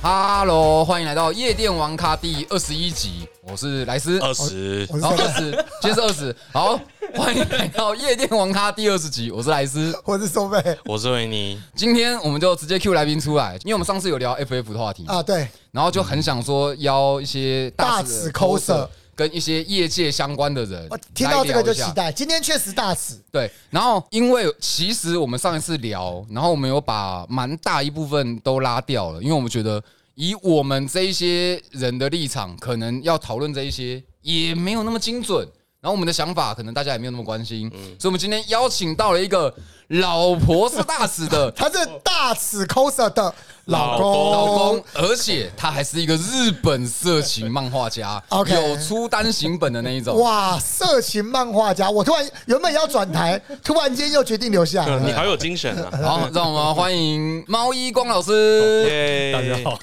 Hello，欢迎来到夜店王咖第二十一集，我是莱斯， 呃二十，然后二十，今天是二十，好，欢迎来到夜店王咖第二十集，我是莱斯。 我是收费我是维 尼，今天我们就直接 Q 来宾出来，因为我们上次有聊 FF 的话题，啊，对，然后就很想说邀一些大尺尺的抠 coser 色跟一些业界相关的人我，哦听到这个就期待。待。今天确实大尺，对，然后因为其实我们上一次聊，然后我们有把蛮大一部分都拉掉了，因为我们觉得以我们这一些人的立场，可能要讨论这一些也没有那么精准。然后我们的想法可能大家也没有那么关心，所以我们今天邀请到了一个老婆是大使的他是大尺抠色的老公，老公，而且他还是一个日本色情漫画家 OK 有出单行本的那一种。哇，色情漫画家！我突然原本要转台，突然间又决定留下来你了。好有精神 啊！好，让我们欢迎猫一光老师。耶，大家，好，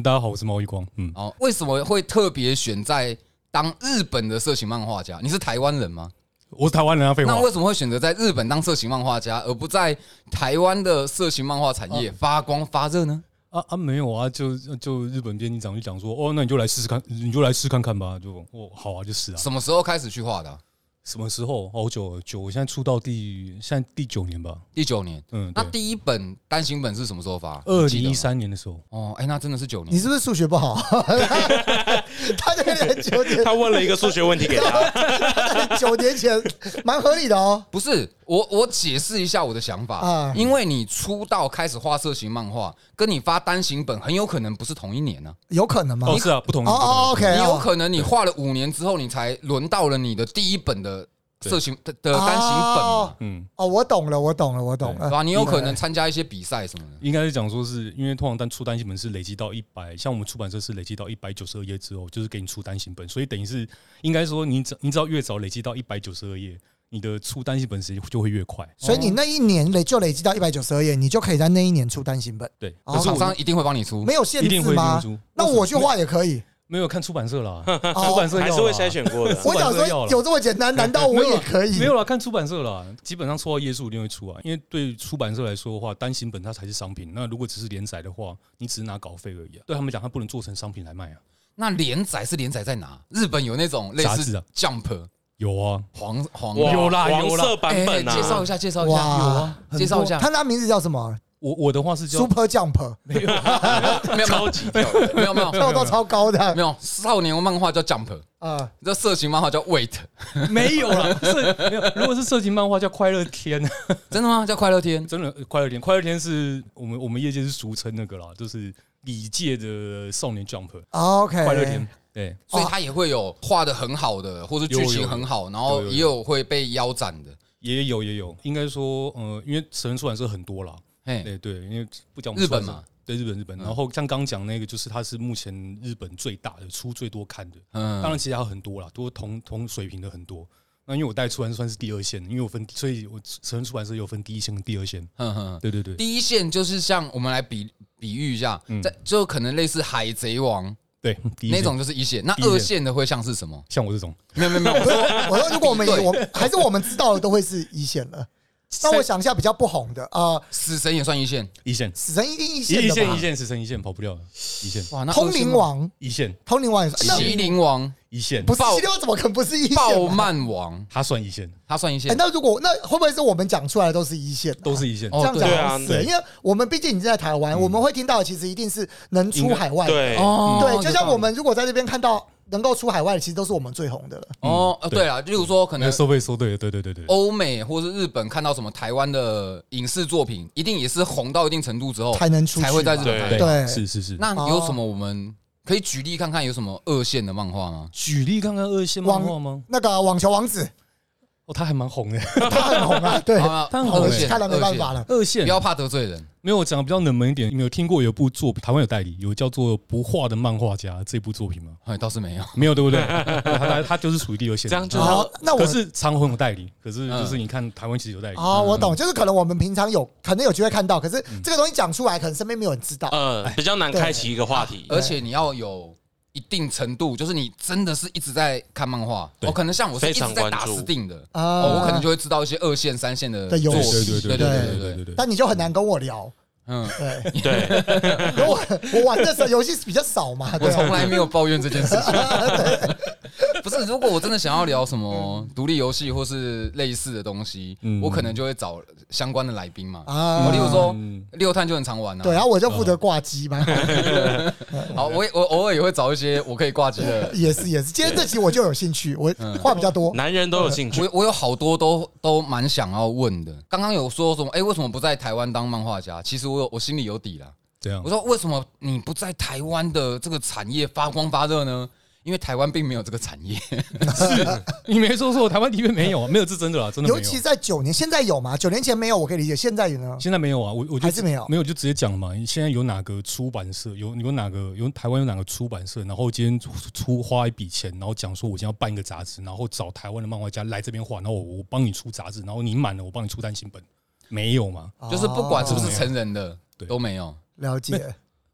大家好，我是毛一光。嗯，哦，为什么会特别选在当日本的色情漫画家？你是台湾人吗？我是台湾人啊，废话那。为什么会选择在日本当色情漫画家，而不在台湾的色情漫画产哦业发光发热呢？啊啊，没有啊，就就日本编辑长就讲说，哦，那你就来试试看，你就来试看看吧。就哦，好啊，就是啊。什么时候开始去画的啊、什么时候？好久了久，我现在出道第现在第九年吧。第九年。嗯，那对，第一本单行本是什么时候发？二你记零得吗一。三年的时候，哦，哎、那真的是九你年。是不是数学不好？ 他这个人九年，他问了一个数学问题 给他，九年前蛮合理的哦。不是我，我解释一下我的想法啊因为你出道开始画色情漫画，跟你发单行本很有可能不是同一年啊呢、有可能吗？哦，是啊，不同哦哦哦， ，OK，你有哦可能你画了五年之后，你才轮到了你的第一本的色情的的单行本嘛，嗯，哦，啊我懂了，我懂了，我懂对了。吧？你有可能参加一些比赛什么哦的。应该是讲说是因为通常单出单行本是累积到一百，像我们出版社是累积到一百九十二页之后，就是给你出单行本，所以等于是应该说你只你只要越早累积到一百九十二页，你的出单行本时间就会越快。所以你那一年累就累积到一百九十二页，你就可以在那一年出单行本，对，哦可是厂我商一定会帮你出没，有限一制定会吗进入？那我去画也可以。没有看出版社啊啦，哦出版社要还啦是会筛选过的。我想出版社要说了有这么简单？难道哦我也可以？ 没有啦，看出版社啦，基本上抽到页数一定会出啊，因为对出版社来说的话，单行本它才是商品。那如果只是连载的话，你只是拿稿费而已啊。对他们讲，它不能做成商品来卖啊。那连载是连载在哪？日本有那种类杂似志啊 Jump 有啊，黄黄哇有啦黄有啦色版本哎介绍啊一，下，介绍一下，有啊，很多介绍一下，他那名字叫什么我我的话是叫？Super Jump，没有没有没有超级屌的，没有没有没有跳到超高的没有少年漫画叫 Jump，啊！这色情漫画叫 Wait， 没有啦，是没有。如果是色情漫画叫快乐天，啊真的吗？叫快乐天真的呃快乐天，快乐天是我们我们业界是俗称那个啦，就是礼界的少年 Jump 哦 OK，快乐天。对，所哦以他也会有画的很好的，或是剧情很好，然后有有也有会被腰斩的。也有也有，应该说呃，因为成人出版社很多啦，嘿，对对，因为不讲我日们本算是嘛，嗯对日本日本。然后像刚刚讲那个，就是它是目前日本最大的，出最多刊的。嗯当然其实还有很多啦，都同同水平的很多。那因为我带出版社算是第二线，因为我分，所以我成人出版社有分第一线跟第二线。哼哼。对对对，嗯 第一线就是像我们来比比喻一下，在就可能类似海贼王对嗯第一那线种就是一线，那第一线二线的会像是什 么？像我这种，没有没有没有，不是我说，如果我们对我们还是我们知道的，都会是一线 了。那我想一下，比较不红的啊，死神也算一线一线死神一定一一线一的线吧一？线十成一线跑不掉了，一线哇，那通灵王，一线通灵王也二是，线哎吗、那麒麟王、一线，不是爆七六怎么可能不是一线暴啊？漫王，他算一线，他算一哎线。那如果那会不会是我们讲出来的都是一线啊？都是一线。哦这样讲对啊好死，对因为我们毕竟已经在台嗯湾，我们会听到的其实一定是能应出该海外的。对，哦对，就像我们如果在这边看到能够出海外的，其实都是我们最红的了。哦，呃对了，例如说可那能个收费收对了，对对对对，欧美或是日本看到什么台湾的影视作品，一定也是红到一定程度之后才能出去哦才会在日本嘛拍。对是是是。那有什么我们可以举例看看有什么二线的漫画吗？举例看看二线漫画吗？那个网球 王子，哦，他还蛮红的。他很红啊，对，啊他很红二我线，看到没二办线法了。二线不要怕得罪人。没有我讲得比较冷门一点，你们有听过有部作品，台湾有代理，有叫做《不画的漫画家》这部作品吗？哎，倒是没有。没有，对不对？他他就是属于第二线。这样就好，那我可是长虹有代理，可是就是你看台湾其实有代理。哦，嗯我懂，就是可能我们平常有可能有机会看到，可是这个东西讲出来，可能身边没有人知哦道。呃，比较难开启一个话题。 而且你要有一定程度，就是你真的是一直在看漫画。我、对可能像我是一非直常在关打注死定的，哦啊哦，我可能就会知道一些二线、三线的的作游品。戏对对对对对对对对对对对。但你就很难跟我聊，嗯，对，对，因 为我我玩的时候游戏比较少嘛，我对从啊，来没有抱怨这件事 情。 不是，如果我真的想要聊什嗯么独立游戏或是类似的东西，嗯我可能就会找相关的来宾嘛。啊我例如说嗯六探就很常玩啊。对，然后我就负责挂 机嘛，好，我也我偶尔也会找一些我可以挂机的。也是也是。今天这期我就有兴趣，我嗯话比较多，男人都有兴趣我我有好多都都蛮想要问的。刚刚有说什么？哎、为什么不在台湾当漫画家？其实我有我心里有底啦。这样我。说为什么你不在台湾的这个产业发光发热呢？因为台湾并没有这个产业。你没说错，台湾的确没有啊，没有是真的啦，真的没尤有。其在九年，现在有吗？九年前没有，我可以理解，现在有呢。现在没有啊，我我就还是没有没有就直接讲嘛。现在有哪个出版社有有哪个有台湾有哪个出版社，然后今天出出花一笔钱，然后讲说我今天要办一个杂志，然后找台湾的漫画家来这边画，然后我我帮你出杂志，然后你满了我帮你出单行本，没有嘛？就是不管是不哦是成人的对都没有，了解，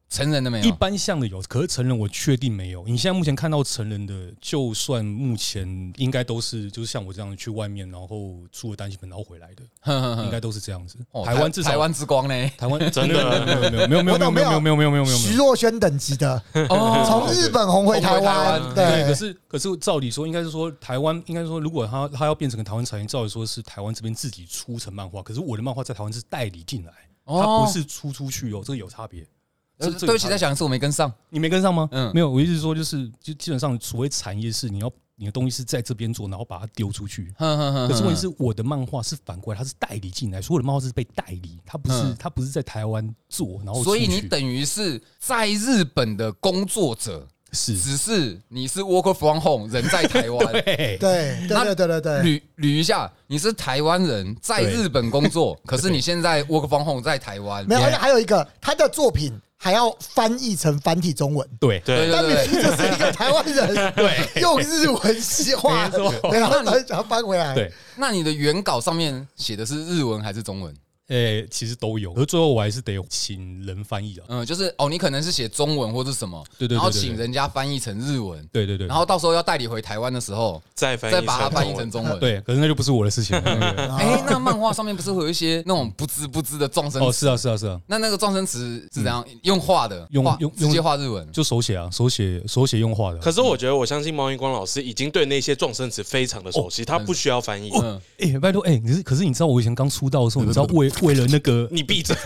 成人的没一有。 般向的有，可是成人我确定没有。你现在目前看到成人的，就算目前应该都是就是像我这样去外面，然后出了单行本然后回来的，哼哼应哼该都是这样子。哦台湾至少台湾之光 呢？台湾真的没有没有没有没有没有没有没有没有没有没有没有徐若瑄等级 的，哦从日本红回台湾，红回台湾对，可对，是可是照理说，应该是说台湾，应该说如果他他要变成个台湾产业，照理说是台湾这边自己出成漫画，可是我的漫画在台湾是代理进来，它哦不是出出去哦，这个有差别。呃这这对个不有差起，别在想的是我没跟上。你没跟上吗？嗯嗯，没有，我意思是说就是就基本上，所谓产业是你要你的东西是在这边做，然后把它丢出去。哼哼哼可是问题是，我的漫画是反过来，它是代理进来，所以我的漫画是被代理，它不是嗯它不是在台湾做，然后所以出你去等于是在日本的工作者，是只是你是 work from home，人在台 湾。对对，那对，对，对，对，对，捋捋一下，你是台湾人，在哎对日本工作， 可是你现在 work from home 在台湾，哎没有，对而且还有一个，他的作品还要翻译成繁体中文。 对对对但明对明就是一个台湾人，对，用日文 写话，没错对然后把它翻回来，对。那你的原稿上面写的是日文还是中文？诶、哎其实都有，可是最后我还是得请人翻译啊。嗯，就是哦，你可能是写中文或者什么，对对对对然后对请人家翻译成日文，对对对，然后到时候要代理回台湾的时候，再翻译再把它翻译中成文中文。，对，可是那就不是我的事 情了。那啊个哎、那漫画上面不是会有一些那种不知不知的撞声哦，词？是啊，是啊，是啊，那那个撞声词是怎样、用画的？用画用直接画日文。就手写啊，手写手写用画的。可是我觉得，我相信猫一光老师已经对那些撞声词非常的嗯熟悉，他不需要翻译。嗯，哎、拜托，哎、你是可是你知道我以前刚出道的时候，你知道为为了那个，你闭 嘴！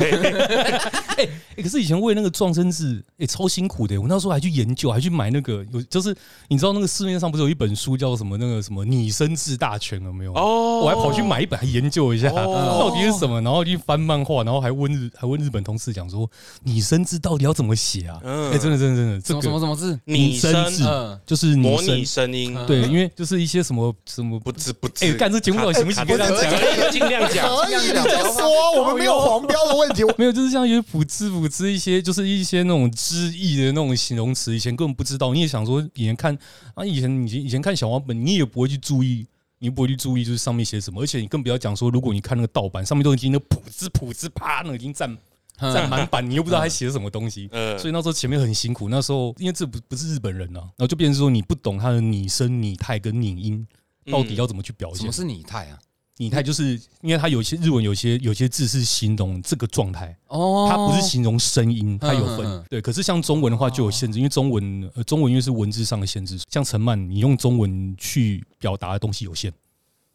哎可是以前为那个撞生字，哎、超辛苦的、我那时候还去研究，还去买那个有，就是你知道那个市面上不是有一本书叫什么那个什么拟声字大全有没有？哦我还跑去买一本，还研究一下、哦到底是什么，然后去翻漫画，然后还问日还问日本同事讲说拟声字到底要怎么写啊？哎、嗯真的真的真的，什这么个什么什么字？拟声拟字嗯就是拟模声拟声音，嗯对，因为就是一些什么什么不知不知。哎，干这节目到底行不行？可这以样 讲可以尽量 讲。可以你啊就说我们没有黄标的问 题，没有，就是像一些普知普知一些，就是一些那种知意的那种形容词，以前根本不知道。你也想说，以前看啊，以前以前以前看小黄本，你也不会去注意，你不会去注意就是上面写什么，而且你更不要讲说，如果你看那个盗版，上面都已经那普知普知啪，那个已经占占满版，你又不知道还写什么东西。嗯所以那时候前面很辛苦，那时候因为这不不是日本人啊，然后就变成说你不懂他的拟声、拟态跟拟音嗯到底要怎么去表什现么。是拟态啊？拟态就是因为它有些日文有些有些字是形容这个状态，哦，它不是形容声音，它有嗯嗯分嗯。对，可是像中文的话就有限制，因为中文呃中文因为是文字上的限制，像陈曼你用中文去表达的东西有限，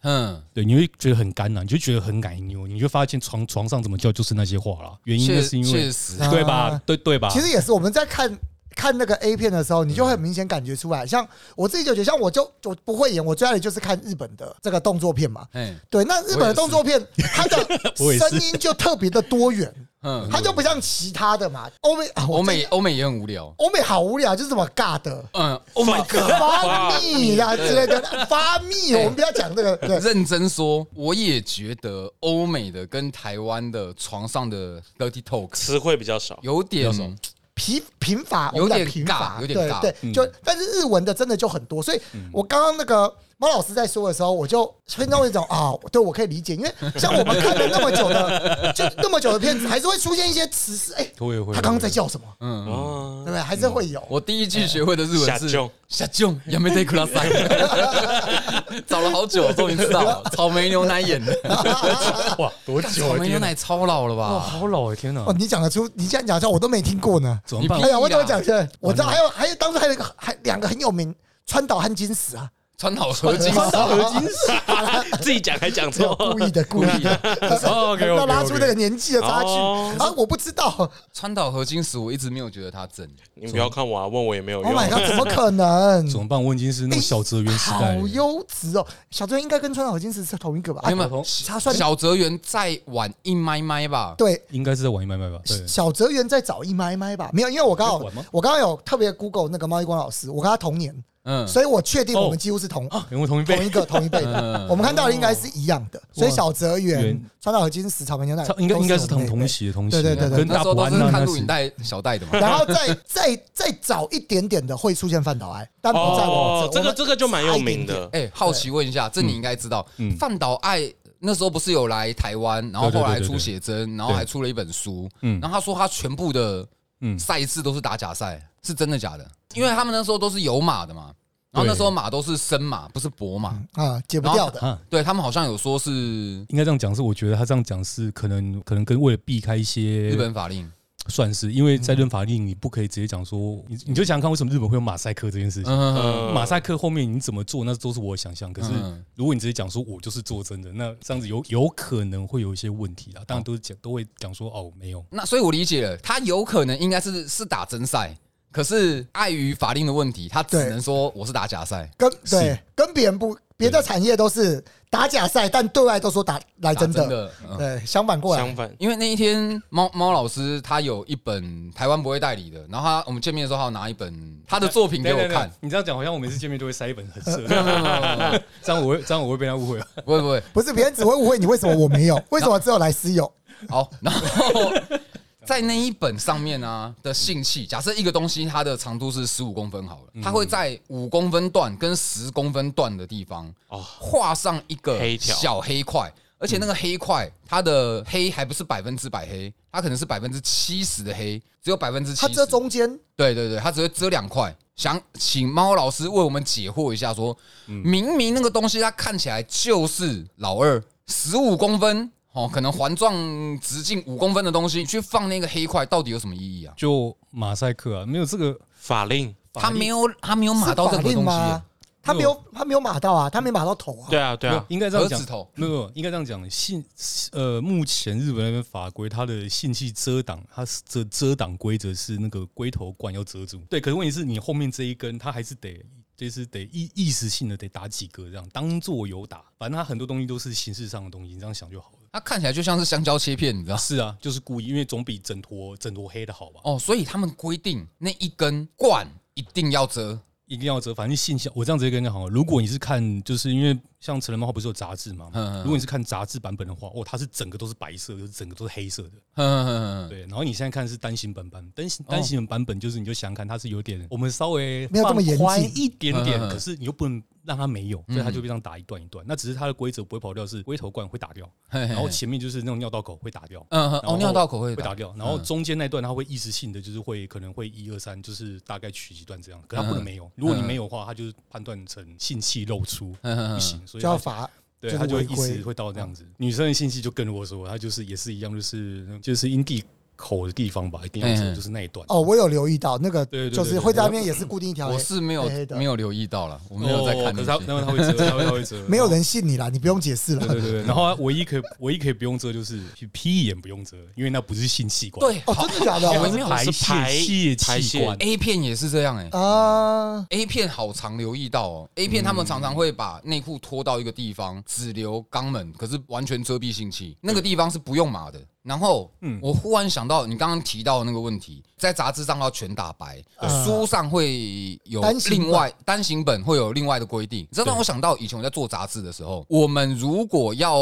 嗯，对，你会觉得很干呐，你就觉得很奶牛，你就发现床床上怎么叫就是那些话啦，原因确那是因为确实，对啊吧？对对吧？其实也是我们在看看那个 A 片的时候，你就会很明显感觉出来。像我自己就觉得，像我就我不会演，我最爱的就是看日本的这个动作片嘛。哎，对，那日本的动作片，它的 我也是声音就特别的多元，嗯，它就不像其他的嘛。欧美啊，我欧美真的欧美也很无聊。欧美好无聊，就是什么 尬的。嗯，Oh my god！发密啦之类的，发密，我们不要讲这个。 对，认真说，我也觉得欧美的跟台湾的床上的 dirty talk 词汇比较少，有点比较少贫贫乏，有点我们讲贫乏，尬有点尬嗯对对，就但是日文的真的就很多，所以我刚刚那个猫老师在说的时候，我就分到一种啊，对我可以理解，因为像我们看了那么 久的，就那么久的片子，还是会出现一些词是，哎，会会会他刚刚在叫什么？嗯，哦，对不对？还是会有。我第一句学会的日文是下囧“下囧やめてください”，找了好久，终于知道了草莓牛奶演的。哇，多久草 啊？莓牛天奶哪，超老了哇，吧？好老哎，天哪哦，！你讲得出，你这样讲出来我都没听过呢。怎么你办屁啊哎？呀，我怎么啊讲这？我知道还有还有，当时还有一个还两个很有名，川岛和金石 啊，川岛合金川岛和金石， 自己讲还讲没有错，故意的，故意的， 哦，OK，OK，OK 要拉出那个年纪的差距哦啊！我不知道，Oh 川岛合金石，我一直没有觉得它正。你们不要看我啊，问我也没有用。Oh my god，怎么可能？怎么办？我已经是那种小泽原时代好了，优质哦，小泽应该跟川岛和金石是同一个吧？没啊有没有，他算小泽圆再晚一麦麦吧。对，应该是在玩一麦麦吧？对，小泽圆在找一麦麦吧？没有，因为我刚好有管吗我刚刚有特别 Google 那个猫一光老师，我跟他同年，嗯，所以我确定哦我们几乎是同因为同一同一辈，个同一辈的嗯。我们看到的应该是一样的，所以哇小泽圆圆、川岛和金石、草莓牛奶差，应该应该是同同同一。期的同一期对的，对对对跟那大时候伯都安是娜看那录时影带小戴的嘛。然后再再再早一点点的会出现饭岛癌，但不在我哦，这个这个就蛮有名。我们的，哎、呃好奇问一嗯下，这你应该知道，范岛爱那时候不是有来台湾，然后后来出写真，然后还出了一本书，嗯然后他说他全部的嗯赛事都是打假赛，是真的假的？因为他们那时候都是有马的嘛，然后那时候马都是生马，不是博嗯马，差一点点啊，解不掉的。啊，对他们好像有说是应该这样讲是，我觉得他这样讲是可能可能跟为了避开一些日本嗯法令，算是，因为在日本法令你不可以直接讲说，你你就想想看为什么日本会有马赛克这件事情。嗯，嗯马赛克后面你怎么做，那都是我的想象。可是嗯如果你直接讲说我就是做真的，那这样子有有可能会有一些问题啦。哦当然都是讲都会讲说哦没有，那所以我理解了，他有可能应该是是打真赛。可是碍于法令的问题，他只对能说我是打假赛，跟对跟别人不，别的产业都是打假赛，但对外都说打来打真的，的，嗯对，相反过来相反，因为那一天猫猫老师他有一本台湾不会代理的，然后他我们见面的时候他有拿一本他的作品给我等一下等一看下，你这样讲好像我每次见面都会塞一本 很色， 这样我会这样我会被他误会啊。不会不会，不是别人只会误会你为什么我没有，为什么只有莱斯有？好，然后在那一本上面啊的性器，假设一个东西它的长度是十五公分好嗯了，它会在五公分段跟十公分段的地方哦画上一个黑条小黑块，而且那个黑块它的黑还不是百分之百黑，它可能是百分之七十的黑，只有百分之七他十这。中间对对对，他只会遮两块。想请猫老师为我们解惑一下说，嗯明明那个东西它看起来就是老二十五公分哦，可能环状直径五公分的东西，去放那个黑块，到底有什么意义啊？就马赛克啊，没有这个法令，他没有，他没有码是到法这个东令西吗啊，？他没有，他没有码到啊，他没码到头啊。对啊对没有啊，应该这何样讲指，头没有没有，应该这样讲。性呃，目前日本那边法规，它的性器遮挡，它是遮遮挡规则是那个龟头冠要遮住。对，可是问题是你后面这一根，它还是得就是得意意识性的得打几个，这样当做有打。反正它很多东西都是形式上的东西，你这样想就好了。它看起来就像是香蕉切片，你知道？是啊，就是故意，因为总比整坨整坨黑的好吧？哦，所以他们规定那一根冠一定要遮，一定要遮，反正性向我这样直接跟你讲好了。如果你是看，就是因为像成人漫画不是有杂志嘛，嗯嗯嗯如果你是看杂志版本的话，哦，它是整个都是白色，就是整个都是黑色的。哼哼哼哼 对，然后你现在看是单行本版，单行哦单行本版本就是你就想想看，它是有点我们稍微没有这么放严宽谨一点点，嗯嗯嗯可是你又不能让它没有，所以它就被这样打一段一段。那只是它的规则不会跑掉，是龟头冠会打掉，嘿嘿嘿然后前面就是那种尿道口会打掉。嗯哼然后哦，尿道口会会打打掉，嗯然后中间那段它会意识性的，就是会可能会一二三，就是大概取几段这样，可它不能没有。如果你没有的话，它就是判断成性器露出，嗯哼哼不行，所以就要它罚，对，就是他就会违一规直会到这样子。女生的信息就更啰嗦，她就是也是一样，就是就是阴蒂口的地方吧，一定要嗯是就是那一段。哦，我有留意到那个，对对对就是会在那边也是固定一条黑，我是没有黑黑的没有留意到了，我哦，没有在看那可是他些，那他会遮，他会他会 遮，没有。人信你啦，你不用解释了对。对对，对然后她唯一可以唯一可以不用遮就是屁眼不用遮，因为那不是性器官，对，哦，真的假的好哦？微妙排是排泄排器泄官。 A 片也是这样哎、啊， A 片好常留意到哦，A 片他们嗯常常会把内裤脱到一个地方，只留肛门，可是完全遮蔽性器，那个地方是不用码的。然后，嗯我忽然想到你刚刚提到的那个问题，在杂志上要全打白，嗯书上会有单行本另外单行本会有另外的规定。这让我想到以前我在做杂志的时候，我们如果要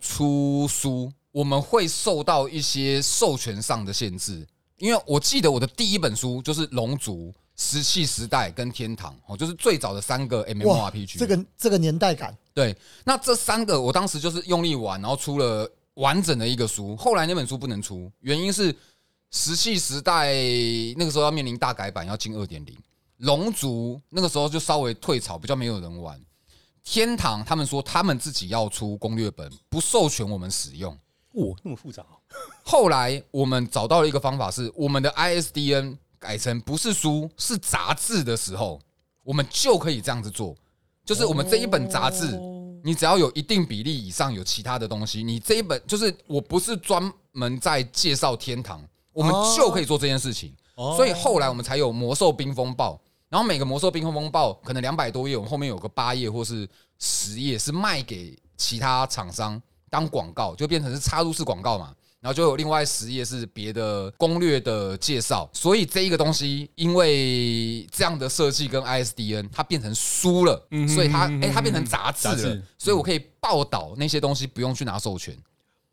出书，我们会受到一些授权上的限制。因为我记得我的第一本书就是《龙族》。石器时代跟天堂哦，就是最早的三个 MMORPG。这个这个年代感，对，那这三个我当时就是用力玩，然后出了完整的一个书。后来那本书不能出，原因是石器时代那个时候要面临大改版，要进二点零。龙族那个时候就稍微退潮，比较没有人玩。天堂他们说他们自己要出攻略本，不授权我们使用。哇，那么复杂哦、后来我们找到了一个方法是，我们的 ISDN 改成不是书是杂志的时候，我们就可以这样子做。就是我们这一本杂志，你只要有一定比例以上有其他的东西，你这一本就是我不是专门在介绍天堂，我们哦就可以做这件事情。哦所以后来我们才有魔兽冰风暴，然后每个魔兽冰风暴可能两百多页，我们后面有个八页或是十页是卖给其他厂商当广告，就变成是插入式广告嘛。然后就有另外十页是别的攻略的介绍，所以这一个东西因为这样的设计跟 ISDN 它变成书了，嗯所以它嗯哎、它变成杂志杂了志，所以我可以报道那些东西不用去拿授权。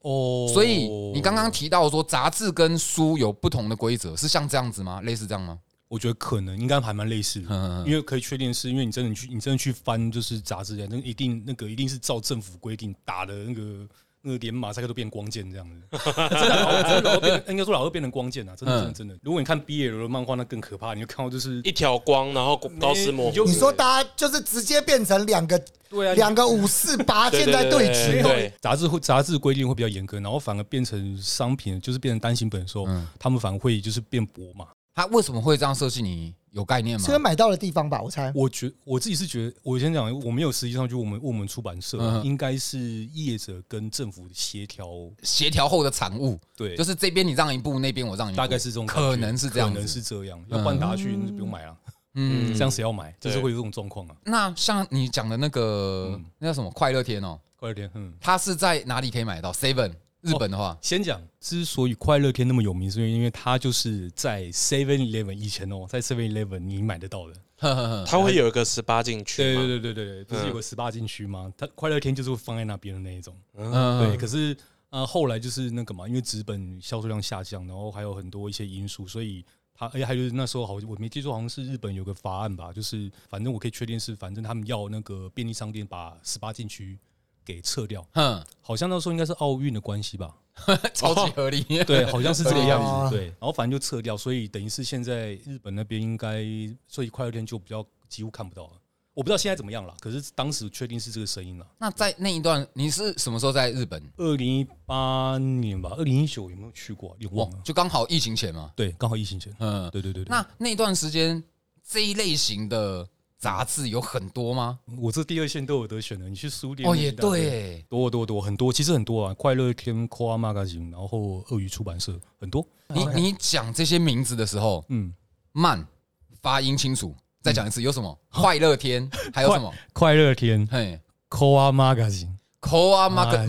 哦所以你刚刚提到说杂志跟书有不同的规则，是像这样子吗？类似这样吗？我觉得可能应该还蛮类似的，嗯嗯嗯因为可以确定是因为你真的去，你真的去翻就是杂志，那一定那个一定是照政府规定打的那个那个连马赛克都变光剑这样子，真的老二真的老二变，应该说老二变成光剑啊，真的真的真的。如果你看 BL 的漫画，那更可怕，你就看到就是一条光，然后高斯模你就糊。你说大家就是直接变成两个对啊两个五四八对现在对对局，对，杂志会杂志规定会比较严格，然后反而变成商品，就是变成单行本的时候，他们反而会就是变薄嘛。它为什么会这样设计？你有概念吗是因？为买到的地方吧？我猜。我觉我自己是觉得，我先讲，我没有实际上去我们我们出版社啊嗯应该是业者跟政府协调，协调后的产物，对，就是是这边你让一步，那边我让一步，大概是这种感觉，嗯可能是这样可能是子。这样，要不然大家去那就不用买了，嗯，这样谁要买？对就是会有这种状况啊。那像你讲的那个嗯那叫什么快乐天哦，快乐天，嗯，它是在哪里可以买到？Seven 日本的 话，先讲，之所以快乐天那么有名，是因为因为它就是在 Seven Eleven 以前哦，在 Seven Eleven 你买得到的。呵呵呵，它会有一个十八禁区对嘛？对对对对，不是有个嗯十八禁区吗？它快乐天就是会放在那边的那一种。对，嗯，可是呃后来就是那个嘛，因为纸本销售量下降，然后还有很多一些因素，所以它哎、还有就是那时候好像我没记错，好像是日本有个法案吧，就是反正我可以确定是，反正他们要那个便利商店把十八禁区给撤掉，哼，好像那时候应该是奥运的关系 吧。超级合理。对，好像是这个样哦子。对，然后反正就撤掉，所以等于是现在日本那边应该，所以快乐天就比较几乎看不到了。我不知道现在怎么样了，可是当时确定是这个声音了。 那在那一段，你是什么时候在日本？二零一八年吧，二零一九有没有去过啊、有点哇忘，了。哦就刚好疫情前嘛。对，刚好疫情前。嗯，对对对对。那那段时间这一类型的杂志有很多吗？我这第二线都有得选的，你去书店哦，也，那对些耶，多多多很多，其实很多啊，快乐天、科阿 magazine，然后鳄鱼出版社很多。你你讲这些名字的时候，嗯，慢，发音清楚。再讲一次，有什么？快乐 天，还有什么？嗯快乐天、嘿 c o a magazine。 ，Coa 啊 Mag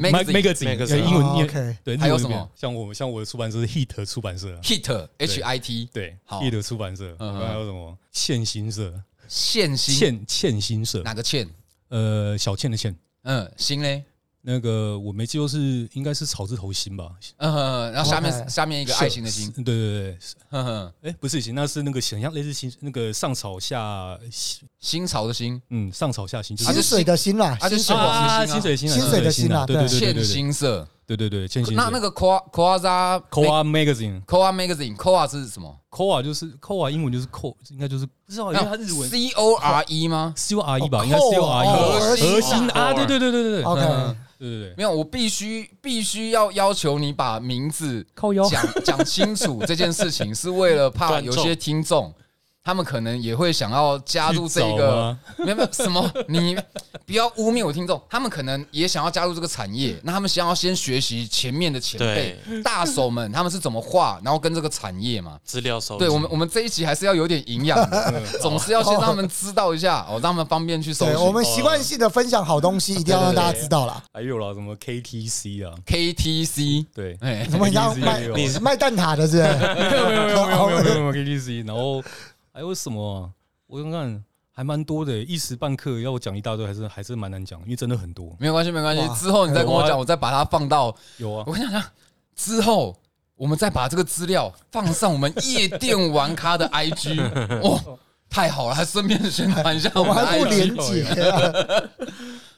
Magazine Magazine magazine， magazine 英文哦念 OK 对，还有日文什么念？像我像我的出版社是 Hit 出版社啊， Hit H I T 对好，Hit 出版社，嗯然后还有什么欠薪社，欠薪欠欠薪社，哪个欠？呃，小倩的倩，嗯，薪嘞，那个我没记错是应该是草字头心吧，嗯，然后下面 OK 下面一一个爱心的心，嗯对对对，是哼哼，哎，不是心，那是那个很像类似心，那个上草下心，新潮的新，嗯，上草下心，就啊是薪水的薪啦，啊，就是啊，薪薪水水薪啊薪水的薪薪啊对对对对欠对薪社。对对对欠薪社，那那个 Coa Coa c o a magazine。 Coa Magazine Coa 是什么 Coa 就是 Coa，英文就是 Co，应该就是不知道，哦因为它日文 C O R E 吗？ C O R E 哦吧，应该 C O R 哦 E 核心核心啊，哦对对对对对对 OK，嗯对对对，没有，我必须必须要要求你把名字靠腰讲讲清楚这件事情，是为了 怕有些听众。他们可能也会想要加入这去啊找个吗， 没有没有什么，你不要污蔑我听众。他们可能也想要加入这个产嗯业，那他们想要先学习前面的前辈大手们他们是怎么画，然后跟这个产业嘛。资料收集对我们我们这一集还是要有点营养 的，总是要哦先让他们知道一下哦，让他们方便去搜对，我寻。们习惯性的分享好东西，一定要让大家知道啦。还有哎啦，什么 K T C 啊， KTC，对，哎，什么你要 KTC 卖也有你是卖蛋挞的是不是？没有没有没有没有没有没有没有 K T C，然后还有什么啊？我看看还蛮多的，一时半刻要我讲一大堆，还是还是蛮难讲，因为真的很多。没有关系没关哇哎系，之后你再跟我有讲，啊我再把它放到有啊我，跟你讲，之后我们再把这个资料放上我们夜店玩咖的 IG，哦，太好了，还顺便宣传一下我我们的还不 IG。连结啊，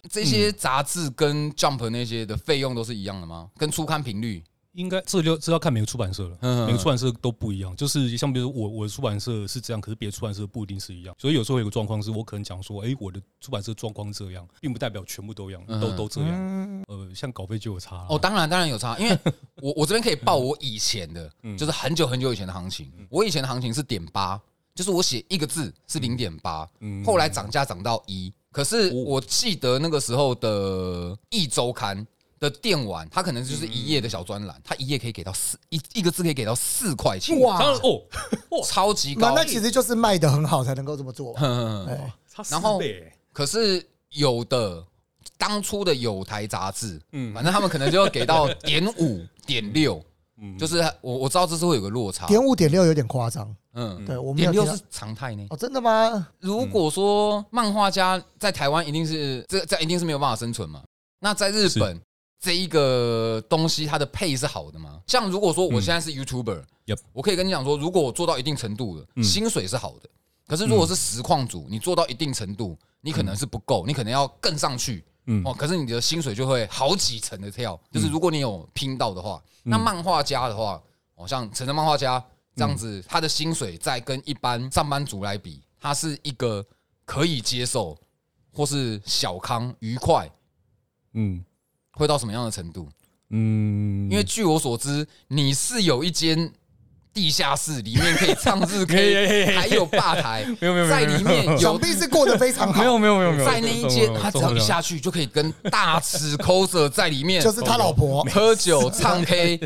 这些杂志跟 Jump 那些的费用都是一样的吗？跟初刊频率应该这就这要看每个出版社了，嗯每个出版社都不一样。就是像比如说我我的出版社是这样，可是别的出版社不一定是一样。所以有时候有个状况是我可能讲说，哎、我的出版社状况这样，并不代表全部都一样，嗯都都这样。嗯，呃，像稿费就有差啦哦，当然当然有差，因为我我这边可以报我以前的，嗯就是很久很久以前的行情。嗯我以前的行情是点八，就是我写一个字是零点八，嗯后来涨价涨到一。可是哦我记得那个时候的一周刊的电玩，它可能就是一页的小专栏，它一页可以给到四一一个字可以给到四块钱，哇当然哦，超级那高那。其实就是卖的很好才能够这么做吧。嗯哎，差四然后倍欸 可是有的当初的有台杂志，嗯反正他们可能就要给到点五、点六，嗯就是我我知道这是会有个落差。点五点六有点夸张，嗯，对我没有点六听到是常态呢。哦，真的吗？如果说漫画家在台湾一定是这这一定是没有办法生存嘛？那在日本这一个东西，它的配是好的吗？像如果说嗯我现在是 YouTuber，、 Yep 我可以跟你讲说，如果我做到一定程度了，嗯薪水是好的。可是如果是实况组，你做到一定程度，你可能是不够，你可能要更上去。嗯哦，可是你的薪水就会好几层的跳，就是如果你有拼到的话，嗯那漫画家的话，哦，像成人漫画家这嗯样子，他的薪水在跟一般上班族来比，他是一个可以接受或是小康愉快，嗯会到什么样的程度？嗯，因为据我所知，你是有一间地下室，里面可以唱 日嘿嘿 K，嘿嘿还有吧台，没哎 有没有没有在里 面想有必是过得非常好没，有没有没有没有，在那一间，他只要一下。下去就可以跟大吃 coser 在里面就是他老婆。喝酒、唱 K、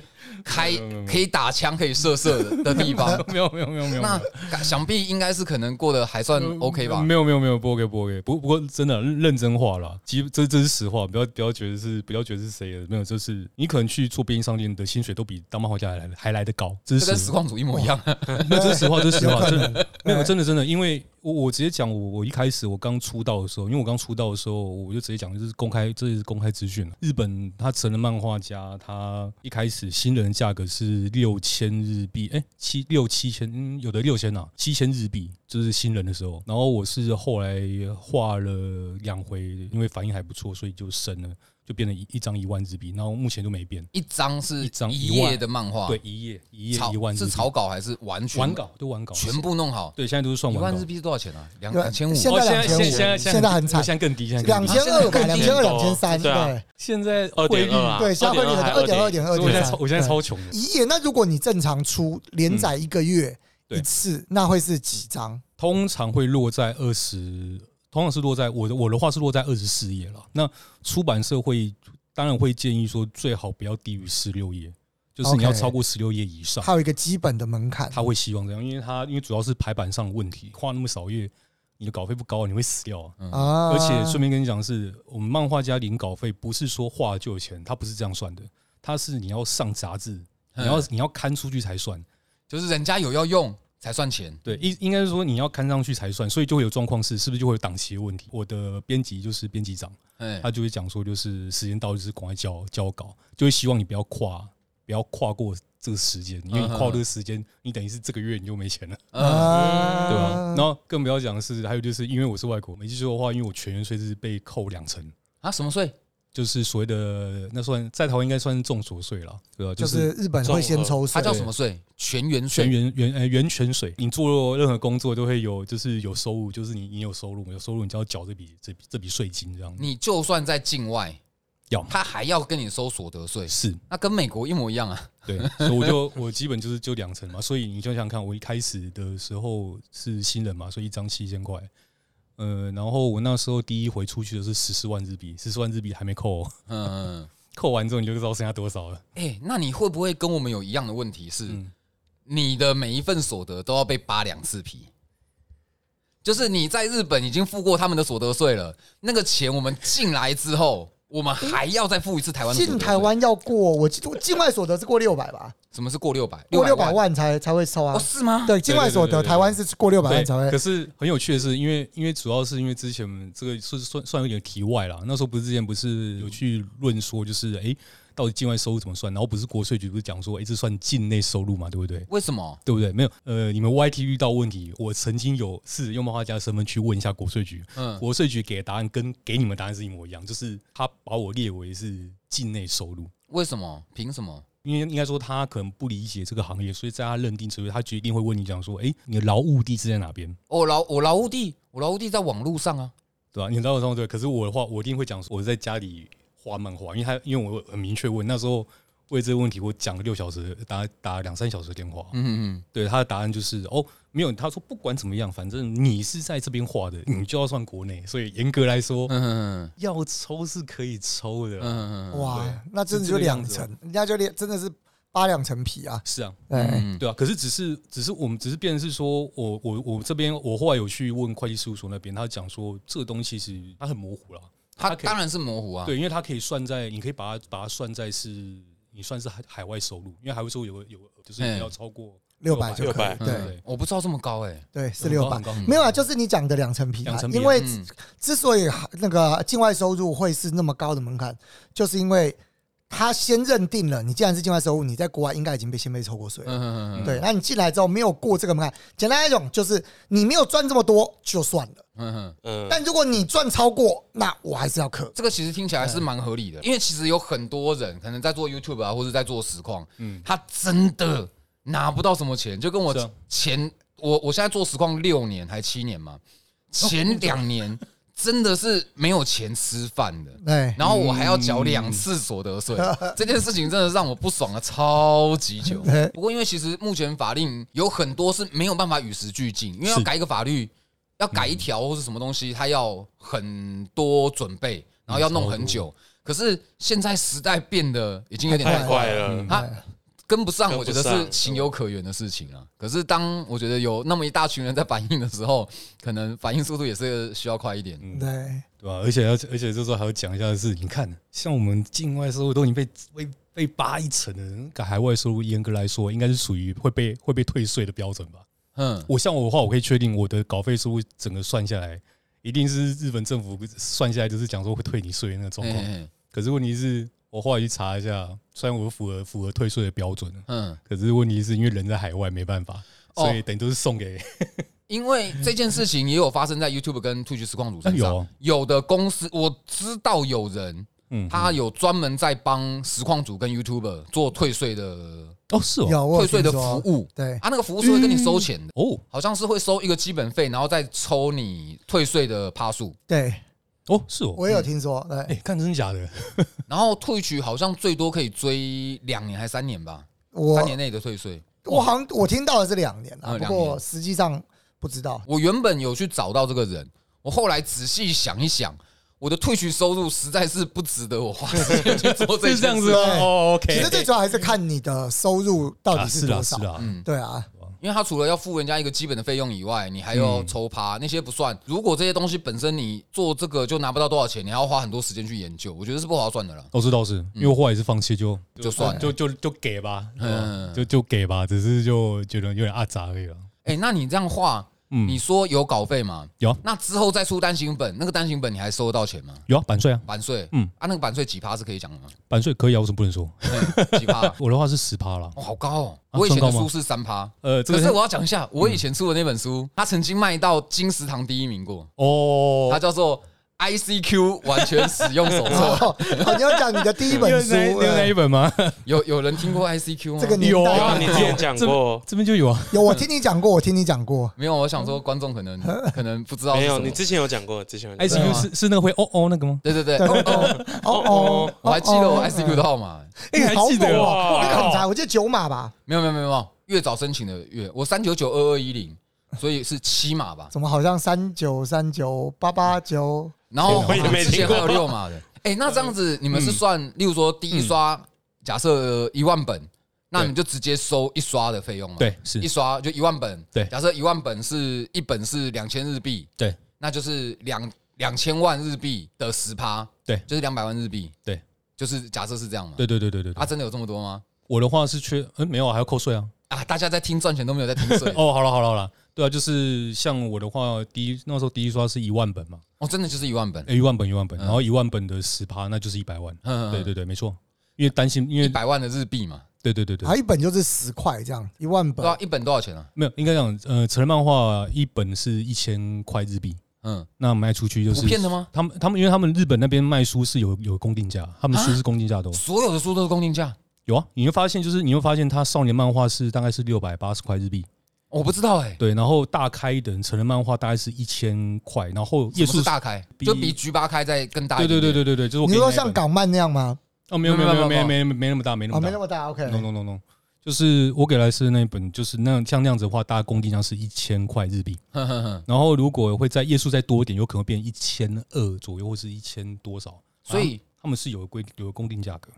开可以打枪、可以射射的的地方，没有没有没有没有，嗯那想必应该是可能过得还算 OK 吧？没有没有没有，不 OK 不 OK，不不过真的认认真话啦，其实这这是实话，不要不要觉得是不要觉得是谁的，没有，就是你可能去做便利商店的薪水都比当漫画家还来还来得高，这这是跟实实话，况组一模一样。啊没有这是实话，这是实有可话，真能哎的没有真的真的，因为我我直接讲我我一开始我刚出道的时候，因为我刚出道的时候我就直接讲就是公开这是公开资讯了，日本他成了漫画家，他一开始新人价格是六千日币，哎、七六七千，嗯有的六千啊，七千日币，就是新人的时候。然后我是后来画了两回，因为反应还不错，所以就升了，就变成一一张一万日币。然后目前都没变，一张是一张一一万页的漫画，对，，一页一页草一万日是币，草稿还是完全完稿都完稿，全部弄好？对，现在都是算一完稿。万日币是多少钱啊？两对两千五。现在哦现在2500现在现在很惨现在更低，现在更两低千二吧，两更低千二、两千三，对啊对现在二汇点率二啊，对，消费率2.2还二点二、二2.2点所二、以我现在点超，我现在超穷的，一页。那如果你正常出连载一个月对一次，那会是几张？通常会落在二十，通常是落在我的我的话是落在二十四页了。那出版社会当然会建议说，最好不要低于十六页，就是你 OK 要超过十六页以上，还有一个基本的门槛。他会希望这样，因为他因为主要是排版上的问题，画那么少页，你的稿费不高，你会死掉啊。啊而且顺便跟你讲的是，我们漫画家领稿费不是说画就有钱，他不是这样算的，他是你要上杂志，你要你要刊出去才算。就是人家有要用才算钱。对，应应该是说你要刊上去才算，所以就会有状况是，是不是就会有档期的问题？我的编辑就是编辑长，哎，他就会讲说，就是时间到就是赶快交交稿，就会希望你不要跨，不要跨过这个时间，因为你跨过这个时间，你等于是这个月你就没钱了。嗯啊对啊，然后更不要讲的是，还有就是因为我是外国，没记错的话，因为我全员税是被扣两成，啊，什么税？就是所谓的那算在台湾应该算是重所税了，对吧、就就是是日本会先抽它税，叫什么税？全员全税。员原呃原全税，你做任何工作都会有就是有收入，就是你你有收入，有收入你就要缴这笔这笔这笔税金这样。你就算在境外，要他还要跟你收所得税，是那跟美国一模一样啊。对，所以我就 我基本就是就两成嘛，所以你就想想看，我一开始的时候是新人嘛，所以一张七千块。呃，然后我那时候第一回出去的是十四万日币，十四万日币还没扣、哦，嗯，扣完之后你就知道剩下多少了。哎，那你会不会跟我们有一样的问题是嗯，你的每一份所得都要被扒两次皮？就是你在日本已经付过他们的所得税了，那个钱我们进来之后，我们还要再付一次台湾的所得进税台湾要过，我记得境外所得是过六百吧，什么是过六百？过六百万？万才才会抽啊哦，。是吗？对，境外所对得对对对台湾是过六百对，万才可会。是很有趣的是，因为因为主要是因为之前我们这个算算算有点题外啦。那时候不是之前不是有去论说，就是哎、诶到底境外收入怎么算？然后不是国税局不是讲说，哎、这算境内收入嘛，对不对？为什么？对不对？没有，呃，你们 YT 遇到问题，我曾经有是用漫画家的身份去问一下国税局，嗯，国税局给的答案跟给你们答案是一模一样，就是他把我列为是境内收入。为什么？凭什么？因为应该说他可能不理解这个行业，所以在他认定之后，他决定会问你讲说，哎、你的劳务地址在哪边？我劳哦我劳务地，我劳务地在网络上啊，对吧、你知道我这种对，可是我的话，我一定会讲说我在家里画漫画，因为他因为我很明确问那时候为这个问题，我讲了六小时，打打了两三小时的电话。嗯嗯对他的答案就是哦，没有。他说不管怎么样，反正你是在这边画的，你就要算国内，所以严格来说，嗯嗯要抽是可以抽的。嗯嗯嗯，哇对，那真的是就这个两样子层，人家就两真的是扒两层皮啊。是啊，对，嗯对啊。可是只是只是我们只是变成是说我我我这边我后来有去问会计事务所那边，他讲说这个东西其实它很模糊啦。它它可以当然是模糊啊，对，因为它可以算在，你可以把它把它算在是，你算是海海外收入，因为海外收入有个有个就是嗯你要超过六百就600可以600。嗯，对我不知道这么高哎，对，是很六高百很。高很高没有啊，就是你讲的两层皮啊两层，皮啊因为嗯之所以那个境外收入会是那么高的门槛，就是因为他先认定了你既然是境外收入，你在国外应该已经被先被抽过税了。嗯嗯嗯对，那你进来之后没有过这个门槛，简单来讲就是你没有赚这么多就算了，嗯嗯。嗯，但如果你赚超过，那我还是要课。这个其实听起来是嗯蛮合理的，因为其实有很多人可能在做 YouTube 啊，或者在做实况，嗯，他真的拿不到什么钱，就跟我是啊前我我现在做实况六年还七年哦嘛，前两年真的是没有钱吃饭的。对，然后我还要缴两次所得税，这件事情真的让我不爽了超级久对。不过因为其实目前法令有很多是没有办法与时俱进，因为要是改一个法律，要改一条或是什么东西，它要很多准备，然后要弄很久。可是现在时代变得已经有点太太快快了，了，它跟不上，跟不我觉得是上嗯情有可原的事情啊。可是当我觉得有那么一大群人在反应的时候，可能反应速度也是需要快一点。对，对吧、而且要而且这时候还要讲一下的是，你看像我们境外收入都已经被被被扒一层了，改海外收入严格来说应该是属于会被会被退税的标准吧？嗯，我像我的话，我可以确定我的稿费收入整个算下来，一定是日本政府算下来就是讲说会退你税的那个状嘿况。嘿嘿可是问题是我后来去查一下，虽然我符合符合退税的标准，嗯。可是问题是因为人在海外没办法，哦所以等于都是送给因为这件事情也有发生在 YouTube 跟 Twitch 实况主身啊有上哦，有的公司我知道有人，嗯他有专门在帮实况主跟 YouTuber 做退税的哦是哦有退我有税的听说服务，对他那个服务是会跟你收钱的，哦好像是会收一个基本费，然后再抽你退税的趴数。对，哦是哦，我也有听说，哎对，看真的假的，然后退取好像最多可以追两年还三年吧，我三年内的退税。我好像我听到的是两年嗯啊，不两过年实际上不知道。我原本有去找到这个人，我后来仔细想一想，我的退取收入实在是不值得我花时间去做这件 是事这样子吗？对哦其实，OK，最主要还是看你的收入到底啊是多啦少是。啦，嗯对啊，因为他除了要付人家一个基本的费用以外，你还嗯要抽趴，那些不算。如果这些东西本身你做这个就拿不到多少钱，你还要花很多时间去研究，我觉得是不划算的啦。都是哦都是，因为我后来也是放弃就就嗯算了就就就给吧，对吧嗯就就给吧，只是就觉得有点阿杂而已了。哎、那你这样画，嗯你说有稿费吗？有啊那之后再出单行本，那个单行本你还收得到钱吗？有啊，版税啊，版税，嗯啊，那个版税几趴是可以讲的吗？版税可以啊，为什么不能说？ 嘿几趴、我的话是十趴啦，哦，好高哦！啊我以前的算高书吗是三趴，呃，这可是个我要讲一下，我以前出的那本书，它曾经卖到金石堂第一名过，它哦，叫做《ICQ 完全使用手册》。哦，你要讲你的第一本就是 书，那就是那对一啊本吗？有有人听过 ICQ 吗？这个年有有啊，代哦你之前讲过，这边就有啊，有我听你讲过，我听你讲过，没有，我想说观众可能可能不知道是没有，什哦么你之前有讲过，之前有讲 I C 过。 U 哎是啊是那个会哦哦那个吗？对对对，哦哦哦哦，我还记得我哦 ICQ 的号码，哎，还记得好猛哦哦那个很哇长，我记得九码吧，没有没有没有没有，越早申请的越，我三九九二二一零，所以是七码吧。怎么好像三九三九八八九？然后我也没之前听过还有六码的。哎，那这样子你们是算，例如说第一刷假设一万本，那你们就直接收一刷的费用吗？，对，是哦一刷就一万本。对假设一万本是一本是两千日币，对，那就是两两千万日币的十趴，对就是两百万日币，对，就是假设是这样嘛。对对对对对对啊，真的有这么多吗？我的话是缺，嗯，没有啊，还要扣税啊。啊，大家在听赚钱都没有在听税哦哦，好了好了好了，对啊，就是像我的话，第一那时候第一刷是一万本嘛，哦哎真的就是一万本，诶一万本一万本，然后一万本的十趴，那就是一百万。嗯嗯嗯嗯对对对，没错，因为担心，因一为百万的日币嘛，对对对对还，有一本就是十块这样，一万对本吧、啊？一本多少钱啊？没有应该讲，呃，成人漫画一本是一千块日币，嗯，那卖出去就普是遍的吗？他啊们他们因为他们日本那边卖书是有有公定价，他们书是公定价的哦。所有的书都是公定价，有啊，你会发现就是你会发现，它少年漫画是大概是六百八十块日币，我不知道哎，对，然后大开一等成人漫画大概是一千块，然后也页是数大开，比就比菊八开再更大一对对点点。对对对对，就是我你给说那一像本港漫那样吗？哦，没有没有没没有没有没有有没有没那么大，没那哦，么没大那么大，OK。 ，no no no no，就是我给来是那一本，就是那像那样子的话，大概公斤量是一千块日币，哼哼哼然后如果会在页数再多一点，有可能会变一千二左右，或是一千多少，所以他们是有规有公定价格。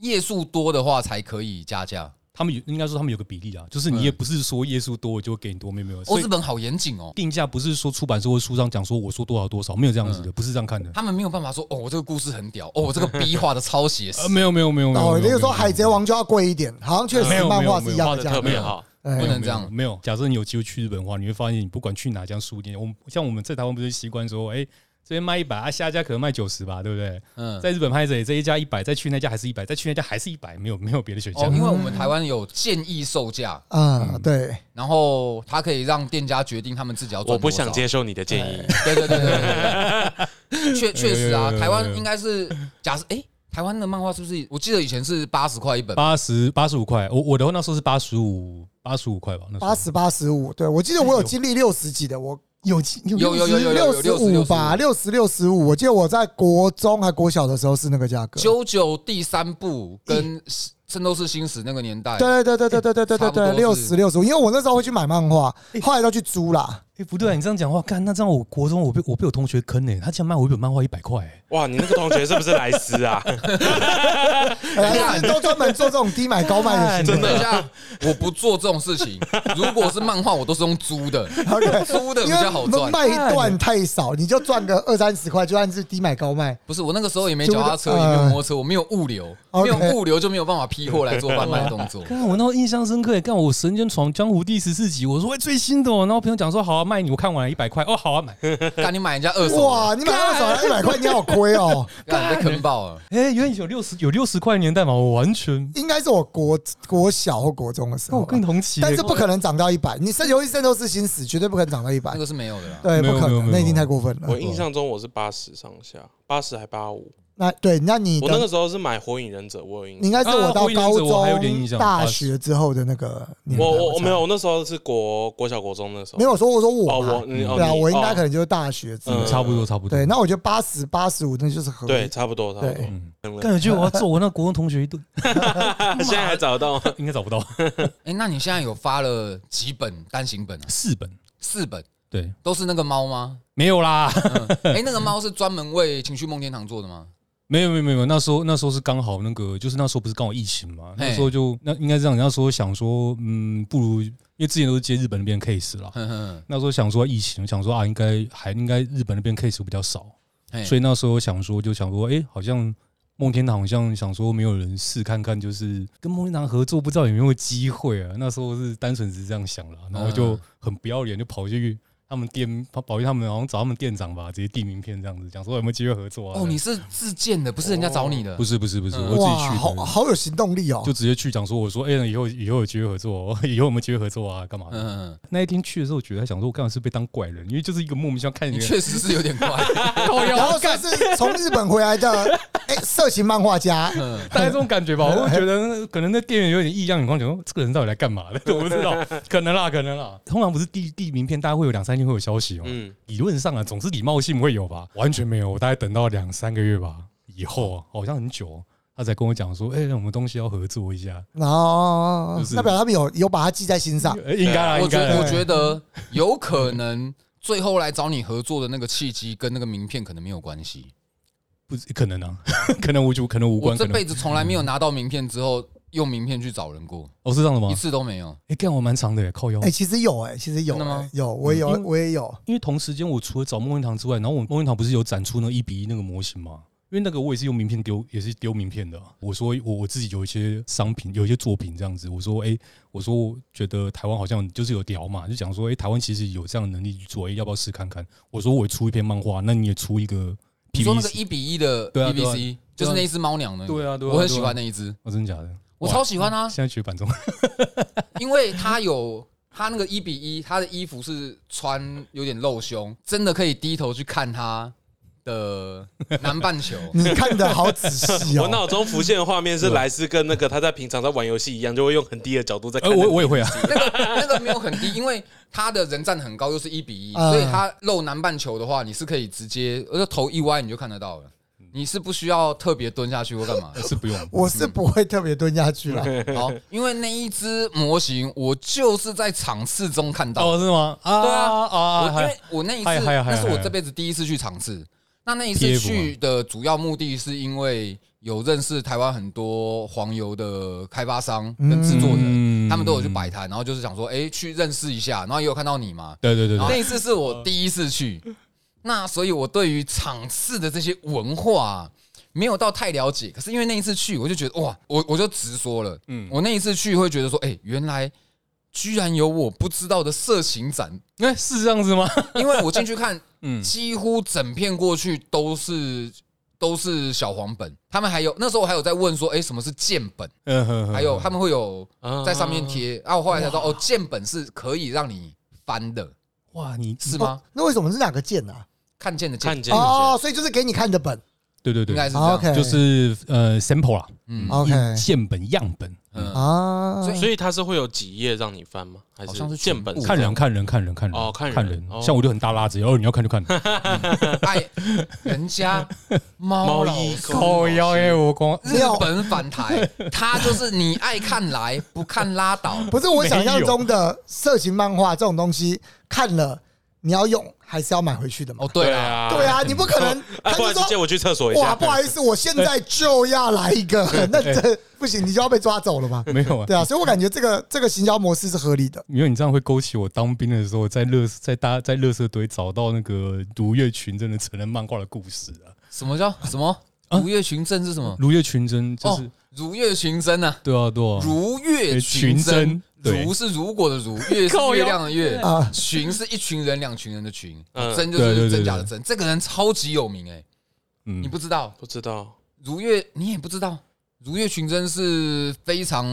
页数多的话才可以加价。哦他们有应该说他们有个比例啊，就是嗯你也不是说页数多我就会给你多，没有没有，哦，所以日本好严谨哦，定价不是说出版社或书上讲说我说多少多少，没有这样子的，不是这样看的。他们没有办法说哦，我这个故事很屌，哦，我这个逼画的超写实 呃，，没有没有没有，没有哦，没那有个时候《没有海贼王》就要贵一点，好像确实没有没有漫画是一样画的的价特格别。好，哎不能这样没有没有，没有假设你有机会去日本的话，你会发现，你不管去哪家书店，我们像我们在台湾不是习惯说，哎、这边卖一百啊，下一家可能卖九十吧，对不对？嗯，在日本拍着这一家一百，再去那家还是一百，再去那家还是一百，没有没有别的选哦，项。因为我们台湾有建议售价，啊，对，然后它可以让店家决定他们自己要赚。我不想接，受你的建议。对对对对对 对，确确实啊有有有有，有台湾应该是假设哎，台湾的漫画是不是？我记得以前是八十块一本，八十八十五块，我我的话那时候是八十五八十五块吧，那时候八十八十五，对我记得我有经历六十几的，我有有有有有有六有十五65吧，六十六十五，我记得我在国中还国小的时候是那个价格。九九第三部跟《圣斗士星矢》那个年代，对对对对对对对对对，差不六多十是六十五，因为我那时候会去买漫画，后来都去租啦。哎、不对、啊，你这样讲话，干那这样我国中我被我被我同学坑呢、他竟然卖我一本漫画一百块、欸，哇，你那个同学是不是莱斯啊？哎都专门做这种低买高卖的等行为。一下，我不做这种事情。如果是漫画，我都是用租的， OK，租的比因为较好赚。卖一段太少，你就赚个二三十块，就算是低买高卖。不是我那个时候也没脚踏车，也没有摩托车，我没有物流，没呃 OK 有物流就没有办法批货来做贩卖的动作。干我那时候印象深刻、欸，干我《神剑闯江湖》第十四集，我说喂、最新的、哦，然后朋友讲说好啊卖你，我看完了一百块，哦好啊买，干你买人家二手，哇，哇，你买二手要一百块，你好亏哦。干你被坑爆了。哎、原来有六十有六十块年代嘛，我完全应该是我国国小或国中的时跟候我吧更，同期、但是欸不可能涨到一百。你圣尤一圣斗士星矢绝对不可能涨到一百那，个是没有的啦。对，没有不可没有能，没有那一定太过分我了。印象中我是八十上下，八十还八五。那对，那你我那的个时候是买《火影忍者》，我有印你应象。该是我啊到火影忍高者我还有点中印、象大学之后的那个年代我我我猜没有，我那时候是国国小国中那时候。没有我说，我说我哦，啊我你哦对啊，你我应该哦可能就是大学之嗯类。差不多差不多。对，那我觉得八十八十五那就是合对，理。差不多差对不多。干，我觉得我要揍我那国中同学一顿， 现在还找到吗？ 应该找不到哎，那你现在有发了几本单行本啊？四本，四本，对，都是那个猫 吗？没有啦，哎，那个猫是专门为情绪梦天堂做的吗？ 没有没有没有，那时候那时候是刚好那个，就是那时候不是刚好疫情嘛，嘿那时候就那应该这样，那时候想说，嗯，不如因为之前都是接日本那边的 case 啦，哼哼那时候想说疫情，想说啊，应该还应该日本那边 case 比较少，哼，所以以那时候想说，就想说，哎、好像梦天堂好像想说没有人试看看，就是跟梦天堂合作，不知道有没有机会啊。那时候是单纯只是这样想了，然后就很不要脸，就跑去他们店，跑跑去他们，好像找他们店长吧，直接递名片这样子，讲说有没有机会合作啊？哦，你是自荐的，不是人家找你的 不。是不是不是，嗯我自己哇，去好的。好有行动力哦就。直接去讲说，我说，哎、以后以后有机会合作哦， 以后有没有机会合作啊？干嘛的？嗯，嗯那一天去的时候，我觉得想说，我干嘛是被当怪人？因为就是一个莫名其妙看你一个确实是有 点怪。然后算是从日本回来的 哎色情漫画家，嗯， 大概这种 感觉吧，我会觉得可能那店员有点异样眼光，觉得这个人到底来干嘛的？ 我不知道，可能啦，可能啦。通常不是递递名片，大家会有两三天会有消息哦。嗯，理论上啊，总是礼貌性会有吧，完全没有。我大概等到两三个月吧，以后啊，好像很久哦，他才跟我讲说，哎，我们东西要合作一下。然后就是代哦表他们有有把它记在心上。哎应该啦，啊我应觉该得我啦。觉得有可能最后来找你合作的那个契机跟那个名片可能没有关系。不是可能啊， 可能无就可能无我关，这可能嗯辈子从来没有拿到名片之后用名片去找人过，哦是这样的吗一？次都没有。哎，干我蛮长的耶，靠腰哎、。其实有哎、其实有、真的吗哎有，我也有，嗯我也有。因为同时间我除了找梦云堂之外，然后我梦云堂不是有展出那一比一那个模型吗？因为那个我也是用名片丢，也是丢名片的啊、我说我我自己有一些商品，有一些作品这样子。我说，哎、我说我觉得台湾好像就是有聊嘛，就讲说，哎、台湾其实有这样的能力去做，哎、要不要试看看？我说我出一篇漫画，那你也出一个你 P 说 V 那个 C？一比一的对啊对啊 BBC，就是那一只猫娘的，对啊对啊我很对啊喜欢那一只，哦，真的假的？我哇超喜欢它，现在绝版中， 因为它有它那个一比一，它的衣服是穿有点露胸，真的可以低头去看它的南半 球，你看的好仔细我哦。脑中浮现的画面是莱斯跟那个他在平常在玩游戏一样，就会用很低的角度在呃，看那个。我我也会啊，那个那个没有很低，因为他的人站很高，又是一比一，嗯所以他漏南半球的话，你是可以直接呃就头一歪你就看得到了，你是不需要特别蹲下去或干嘛的。是不用。 我是不会特别蹲下去了， 好，因为那一只模型我就是在场次中看到的，哦，真的吗？啊对啊我啊因为我那一次，嗨嗨嗨那是我嗨这辈子第一次去场次。那那一次 TF 去的主要目的是因为有认识台湾很多黄油的开发商跟制作人，嗯他们都有去摆摊，然后就是想说，哎，去认识一下，然后也有看到你嘛。对对对然后对，那一次是我第一次去，那所以我对于场次的这些文化啊、没有到太了解，可是因为那一次去，我就觉得哇，我我就直说了，嗯，我那一次去会觉得说，哎，原来居然有我不知道的色情展哎、是这样子吗？因为我进去看， 嗯几乎整片过去都是都是小黄本，他们还有那时候我还有在问说，哎、什么是剑本？嗯哼哼，还有他们会有啊在上面贴啊，我后来才知道哦，剑本是可以让你翻的，哇，你 是吗？哦那为什么是哪个键呢？看见的剑看见哦，所以就是给你看的本。对对应对，该是这样， OK，就是呃 sample 啦，嗯 OK 鉴本样本，嗯，啊，所以所以他是会有几页让你翻吗？还好像是全键部本我看人看人看人看人哦看人看人哦，像我就很大拉子，然后你要看就 看，哎，人 家猫猫老一师狗腰哎，我光日本反台，他就是你爱看来不看拉倒，不是我想象没有中的色情漫画这种东西，看了你要用还是要买回去的嘛哦？对啊，啊 对，啊，你不可能哎，他不好就意思，借说我去厕所一哇，下。不好意思，我现在就要来一个， 那这不行，你就要被抓走了嘛？没有啊。对啊，所以我感觉这个这个行销模式是合理的。因为你这样会勾起我当兵的时候在乐在大在乐色堆找到那个如月群真的成人漫画的故事啊，什么叫什么？如月群真是什么？如月群真就是、哦，如月群真啊，对啊对啊，如月群真群真。对如是如果的如， 月是靠腰月亮的月啊，群是一群人、两群人的群，嗯真就对是对对真假的真。这个人超级有名哎，嗯你不知道不知道，如月，你也不知道如月群真是非常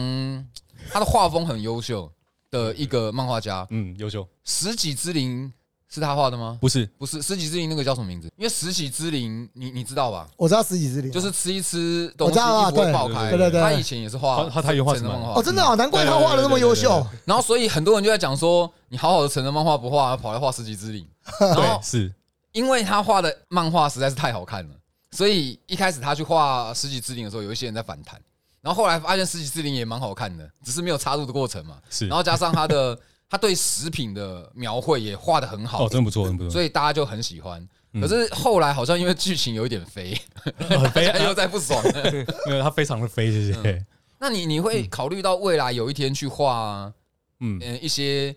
他的画风很优秀的一个漫画家。嗯优秀十几之灵是他画的吗？不是不是，十几之灵那个叫什么名字？因为十几之灵，你你知道吧？我知道十几之灵，就是吃一吃东我西，知道啊衣服会对爆开。对对对他以前也是画他他他也画成什么人漫画哦，真的哦，难怪他画的那么优秀。然后所以很多人就在讲说，你好好的成人漫画不画，跑来画十级之灵。然后 对是因为他画的漫画实在是太好看了，所以一开始他去画十级之灵的时候，有一些人在反弹。然后后来发现十级之灵也蛮好看的，只是没有插入的过程嘛。是然后加上他的他对食品的描绘也画的很好哦，真不嗯错真不错，所以大家就很喜欢。可是后来好像因为剧情有一点肥， 很大非家又在不 爽嗯了。没有他非常的飞，谢谢。那你你会考虑到未来有一天去画嗯，嗯一些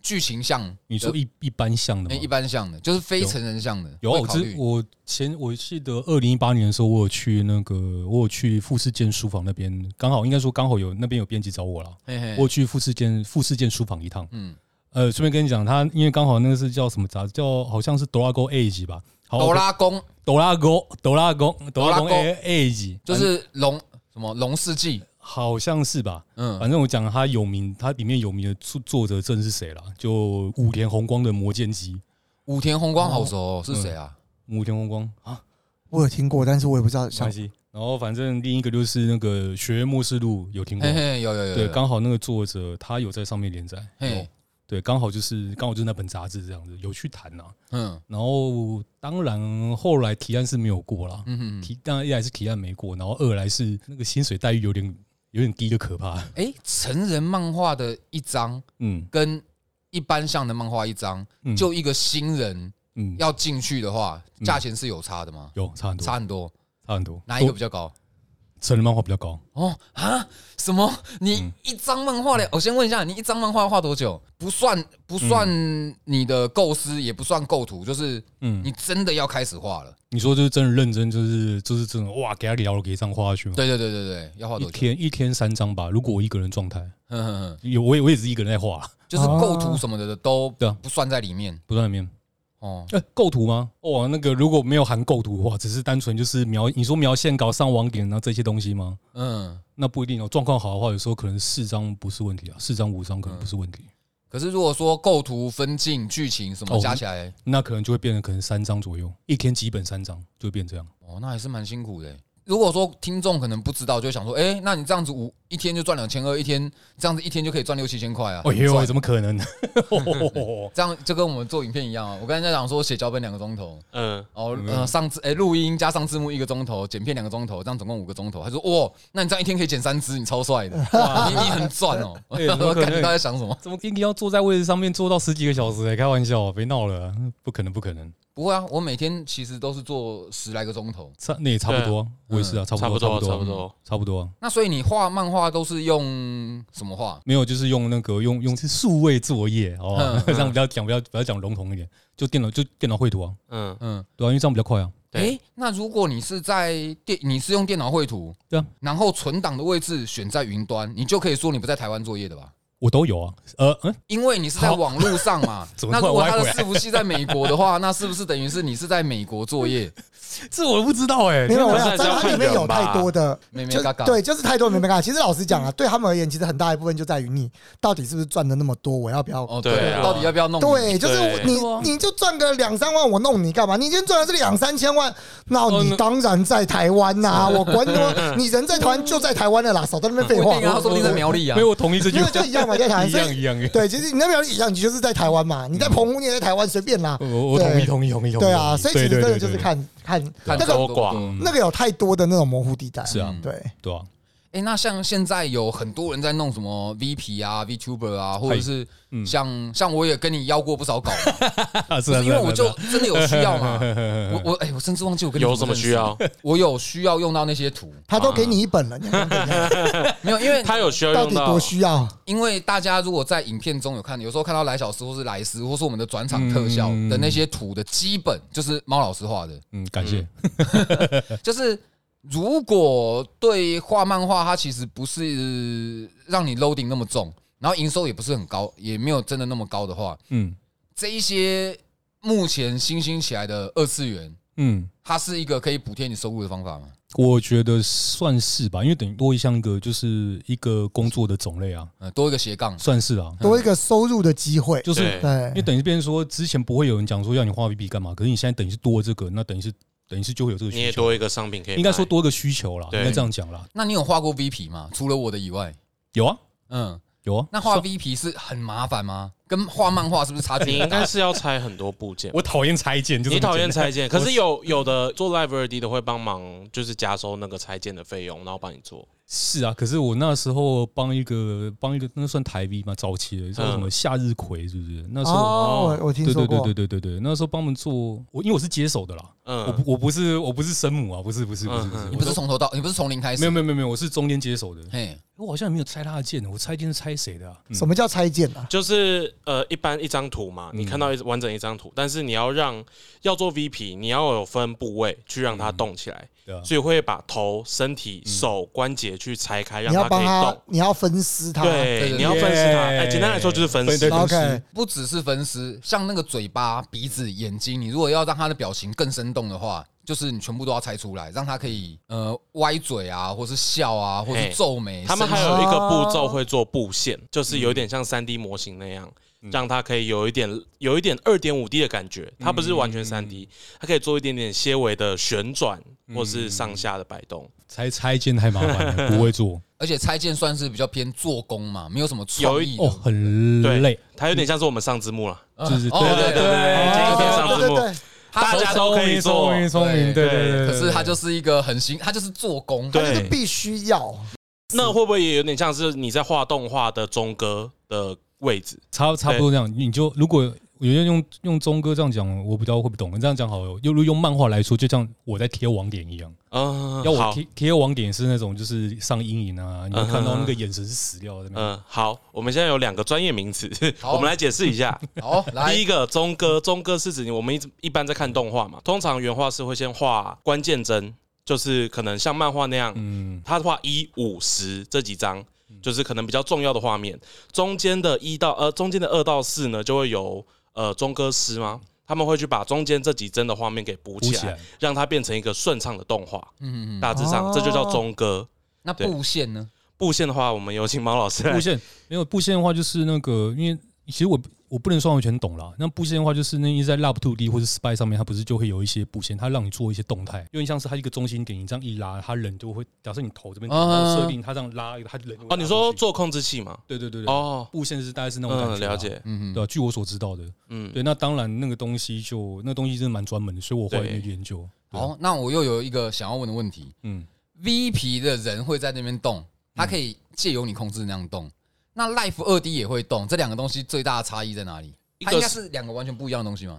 剧情像，你说一一般像的呃吗一？般像的，就是非成人像的，有啊，会我考之虑我前我记得二零一八年的时候，我有去那个，我有去富士见书房那边，刚好应该说刚好有那边有编辑找我了，嘿嘿我有去富士见富士见书房一趟。哎嗯呃，顺便跟你讲，他因为刚好那个是叫什么杂志，叫好像是《哆啦 A 级》吧？好哆啦公哆啦 Go 哆啦 Go 哆啦 Dorago Go A 级，就是龙什么龙世纪，好像是吧？嗯，反正我讲他有名，他里面有名的作作者正是谁了？就武田宏光的《魔剑姬》，武田宏光好熟哦是谁啊？武田宏光啊，我有听过，但是我也不知道没关像系。然后反正另一个就是那个《学院末世录》，有听过嘿？嘿，有有有，嗯对，有刚好那个作者他有在上面连载。嘿有对，刚好就是刚好就是那本杂志这样子有去谈呐、嗯然后当然后来提案是没有过啦，嗯嗯，嗯提当然一来是提案没过，然后二来是那个薪水待遇有点有点低的可 怕。哎，成人漫画的一张嗯跟一般像的漫画一张，嗯就一个新人嗯要进去的话，价钱是有差的吗？有差很多，差差很多，很多。哪一个多比较高？成人漫画比较高？哦啊，什么？嗯你一张漫画嘞？我哦先问一下，你一张漫画画多久？不算不算你的构思，也不算构图，就是嗯你真的要开始画了。你说就是真的认真，就是就是真的哇，给他聊了给一张画下去吗？对对对对对，啊要画一多久？天一天三张吧，如果我一个人状态，哼哼哼，有我也我也是一个人在画啦，就是构图什么的都对啊不算在里面不断里面。哦。呃，构图吗？哦，那个如果没有含构图的话，只是单纯就是描，你说描线稿、上网点，然后这些东西吗？嗯，那不一定哦。状况好的话，有时候可能四张不是问题啊，四张五张可能不是问题。可可是如果说构图、分镜、剧情什么哦加起来，那可能就会变成可能三张左右，一天几本三张就会变这样。哦，那还是蛮辛苦的欸。如果说听众可能不知道，就会想说，哎、那你这样子五一天就赚两千二，一天这样子一天就可以赚六七千块啊？哦很赚呦，怎么可能？这样就跟我们做影片一样啊。我刚才在讲说写脚本两个钟头，嗯，哦，呃，上字哎录音加上字幕一个钟头，剪片两个钟头，这样总共五个钟头。他说，哇，那你这样一天可以剪三支，你超帅 的，你你很赚哦。哎怎 么我可感能觉他在想什么？ 怎么一定要坐在位置上面坐到十几个小时、欸？开玩笑、别闹了、不可能，不可能，不会啊，我每天其实都是做十来个钟头。差那也差不多啊，我也是啊，差差不不多，多，差差不不多，多。差不多啊。那所以你画漫画都是用什么画？没有，就是用那个用用是数位作业，好吧 嗯？嗯这样比较讲，比较比较讲笼统一点，就电脑就电脑绘图啊，嗯，嗯，对啊，因为这样比较快啊。对诶，那如果你是在电，你是用电脑绘图，对啊，然后存档的位置选在云端，你就可以说你不在台湾作业的吧？我都有啊，呃，嗯，因为你是在网络上嘛怎。么那突然如果他歪的回来伺服器在美国的话，那是不是等于是你是在美国作业？这我不知道哎、没有，我那想算是要它里面有太多的妹妹就嘎嘎对，就是太多没没嘎。其实老实讲啊，对他们而言，其实很大一部分就在于你到底是不是赚的那么多，我要不要？哦，对对，啊到底要不要弄？对，就是对你，你就赚个两三万，我弄你干嘛？你已经赚了这两三千万，那你当然在台湾呐，我管多，你人在台湾就在台湾了啦，少在那边废不话一定。啊，他说不定在苗栗啊没。有，我同意这句因话为，就一样嘛，在 台湾，一所以样一样。一样对，啊其实你那边一样，你就是在台湾嘛，你在澎湖，你也在台湾，随便啦。我我同意同意同意同意。对啊，所以其实嗯对真对的对就是对啊看看看那个多寡嗯那个有太多的那种模糊地带。是啊，对，对啊，哎、那像现在有很多人在弄什么 VP 啊、VTuber 啊，或者是像、像我也跟你邀过不少稿嘛，啊是不啊是因为我就啊真的有需要嘛。我我哎、我甚至忘记我跟你有怎什么认需识要？的？我有需要用到那些图，他都给你一本了，你还 能怎样没有，因为他有需要到用底多需要？因为大家如果在影片中有看，有时候看到莱小斯或是莱斯，或是我们的转场特效嗯的那些图的基本，就是猫老师画的， 嗯，感谢。就是如果对画漫画，它其实不是让你 loading 那么重，然后营收也不是很高，也没有真的那么高的话，嗯这一些目前新兴起来的二次元，嗯，它是一个可以补贴你收入的方法吗？我觉得算是吧，因为等于多一项一个就是一个工作的种类啊，呃，多一个斜杠，算是啊，多一个收入的机会。就是对因对为，等于变成说之前不会有人讲说要你画 VB 干嘛，可是你现在等于是多了这个，那等于是等于是就会有这个你需也求，多一个商品可以卖，应该说多一个需求啦，对应该这样讲啦。那你有画过 VP 吗？除了我的以外，有啊嗯，有啊，那画算 VP 是很麻烦吗？跟画漫画是不是差距 你很应大该？是要拆很多部件。我讨厌拆件，就这你么讨厌简单拆件，可是有有的做 Live 二 D 的会帮忙，就是加收那个拆件的费用，然后帮你做。是啊，可是我那时候帮一个帮一个那算台 V 嘛，早期的叫什嗯么夏日葵是不是？那时候哦，我我听对说对对过对，对对对，那时候帮我们做，我因为我是接手的啦，我嗯，不我不是我不是生母啊，不是不是不是嗯不是，嗯你我不是都从头到，你不是从零开始？没有没有没有没有，我是中间接手的，嘿，哎我好像也没有拆他的剑，我拆剑是拆谁的啊？嗯什么叫拆件啊？就是呃，一般一张图嘛，嗯你看到一完整一张图，但是你要让要做 VP，你要有分部位去让它动起来，对啊所以会把头、身体、手、关节去拆开，让你要它可帮以他动，。你要分尸他。对对，对你要分尸它。耶哎，简单来说就是分对尸。对 OK，不只是分尸，像那个嘴巴、鼻子、眼睛，你如果要让他的表情更生动的话，就是你全部都要拆出来，让他可以呃歪嘴啊，或是笑啊，或是嘿皱眉。他们生还有一个步骤会做布线，就是有点像三 D 模型那样，让它可以有一点有一点二点五 D 的感觉。它不是完全三 D，它可以做一点点些微的旋转或是上下的摆动。拆拆剑太麻 烦了，不会做而且拆件算是比较偏做工嘛，没有什么创有意一的哦，很累，它有点像是我们上字幕了，就是哦对对对对这个对片上对字幕对，他大家都可以做聪明聪明，对对对对，可对是他就是一个很新，他就是做工。对对，他哎就是必须要。那会不会也有点像是你在画动画的中歌的位置？差差不多这样，你就如果有些用用钟哥这样讲，我比较会不懂。这样讲好了，又如果用漫画来说，就像我在贴网点一样，嗯，啊要我好，贴贴网点是那种就是上阴影啊，你会嗯哼看到那个眼神是死掉的那边。嗯，好，我们现在有两个专业名词，好 我们来解释一下。好，来第一个中歌，中歌是指你我们一直一般在看动画嘛，通常原画师会先画关键帧，就是可能像漫画那样，嗯，他画一五十这几张，就是可能比较重要的画面。中间的一到呃，中间的二到四呢，就会有呃中歌师吗？他们会去把中间这几帧的画面给补鼓起起来，来，让它变成一个顺畅的动画。嗯嗯嗯，大致上，哦这就叫中歌。那布线呢？布线的话，我们有请毛老师来布线没有布线的话，就是那个因为其实我我不能说完全懂啦。那布线的话，就是那一在 Lab Two D 或者 Spy 上面，它不是就会有一些布线，它让你做一些动态，有点像是它一个中心点，你这样一拉，它人就会，假设你头这边啊啊啊设定，它这样拉，它人就会哦，拉你过说去做控制器嘛？对对对对，哦，布线是大概是那种感觉嗯，啦，了解，嗯对啊，据我所知道的，嗯，对，那当然那个东西就那个东西真的蛮专门的，所以我后来对没研究。对啊好，那我又有一个想要问的问题嗯， ：V 皮的人会在那边动，嗯他可以借由你控制那样动。那 Life 二 D 也会动，这两个东西最大的差异在哪里？一它应个该是是两个完全不一样的东西嘛？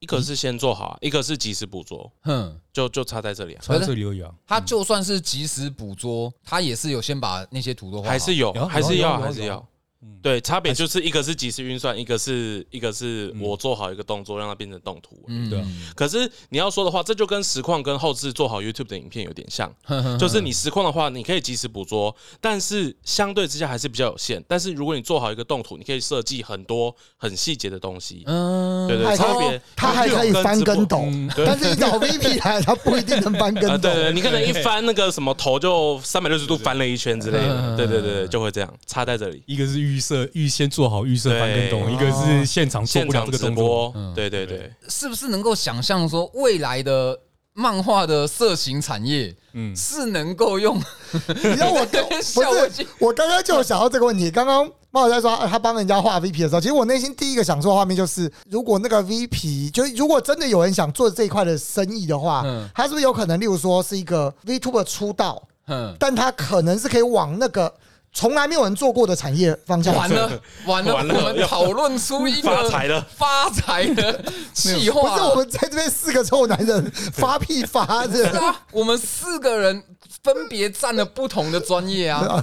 一嗯个是先做好啊，一个是及时捕捉，哼，就就差在这里啊，穿这里而已啊，它就算是及时捕捉，它也是有先把那些图都画好还是有，有啊还是有啊要，有啊还是有啊要。嗯，对，差别就是一个是即时运算，一个是一个是嗯我做好一个动作，让它变成动图。嗯对啊可是你要说的话，这就跟实况跟后置做好 YouTube 的影片有点像，哼嗯哼就是你实况的话，你可以及时捕捉，但是相对之下还是比较有限。但是如果你做好一个动图，你可以设计很多很细节的东西。嗯对对还差可以别他还可以翻跟斗，嗯对但是你找 VP 来，他不一定能翻啊，跟斗对。对，你可能一翻那个什么头就三百六十度翻了一圈之类的， 嗯对对对，对就会这样插在这里。一个是预设预先做好预设翻跟斗，对哦一个是现场做现不了场这个直动作。播嗯，对对对对，是不是能够想象说未来的漫画的色情产业嗯，是能够用 你知道我刚不笑我是我刚刚就有想到这个问题。刚刚茂在说啊他帮人家画 VP 的时候，其实我内心第一个想说的画面就是，如果那个 VP 就是如果真的有人想做这一块的生意的话嗯，他是不是有可能，例如说是一个 VTuber 出道，哼但他可能是可以往那个从来没有人做过的产业方向完走。了完了，完了我们讨论出一个发财了发财的计不是我划。们在这边四个臭男 人发屁发是 的，啊，我们四个人分别占了不同的专业啊，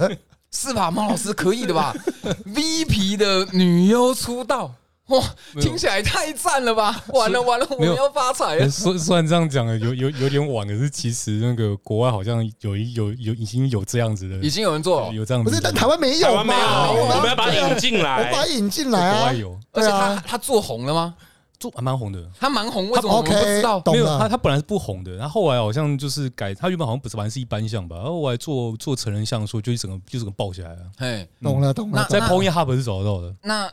是吧？猫老师可以的 吧？V 皮的女优出道，哇，听起来太赞了吧！完了完了，我没有们要发财了。 虽虽然这样讲有有有点晚，可是其实那个国外好像有一有有已经有这样子的，已经有人做了，有这样不子的，是？但台湾没台有嘛，湾没有，我们要把它对啊引进我们把它来。引进对来国啊外。有而对且他啊他做红了吗？做还蛮红的。他蛮红，为什么我们不 OK，知道？懂没有，了他他本来是不红的，他后来好像就是改，他原本好像不是玩是一般项吧，然后我还做做成人项的时候，就一整个就整个爆起来了。嘿，懂了，懂了那。在 Pony Hub 是找得 到的，那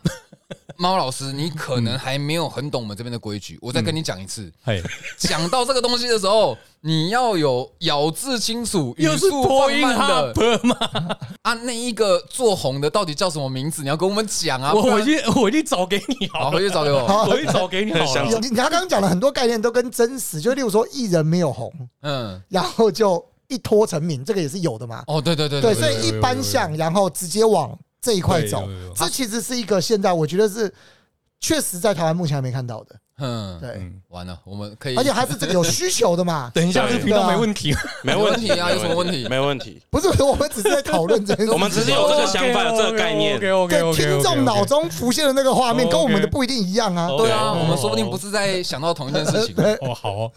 猫老师，你可能还没有很懂我们这边的规嗯矩，我再跟你讲一次。嘿，讲到这个东西的时候，你要有咬字清楚、语速放慢的 Hub 吗？啊。那一个做红的到底叫什么名字？你要跟我们讲啊！ 我不然回，去我回去找给你好好了，回去找给我。好我回去找给你好想 了。有你他刚刚讲了很多概念都跟真实，就例如说艺人没有红，嗯，然后就一拖成名，这个也是有的嘛。哦，对对对对，对，所以一般像，然后直接往这一块走对有有有，这其实是一个现在我觉得是确实在台湾目前还没看到的。嗯，对，嗯，完了，我们可以，而且还是这个有需求的嘛。等一下这频道没问题，没问题没问题啊有什么问题没问题。不是，我们只是在讨论这 件事情。我们只是有这个想法，有这个概念。哦 OK OK 对听 OK，众脑中浮现的那个画面， OK，OK 跟我们的不一定一样啊。对啊，对我们说不定不是在想到同一件事 情。哦好 哦，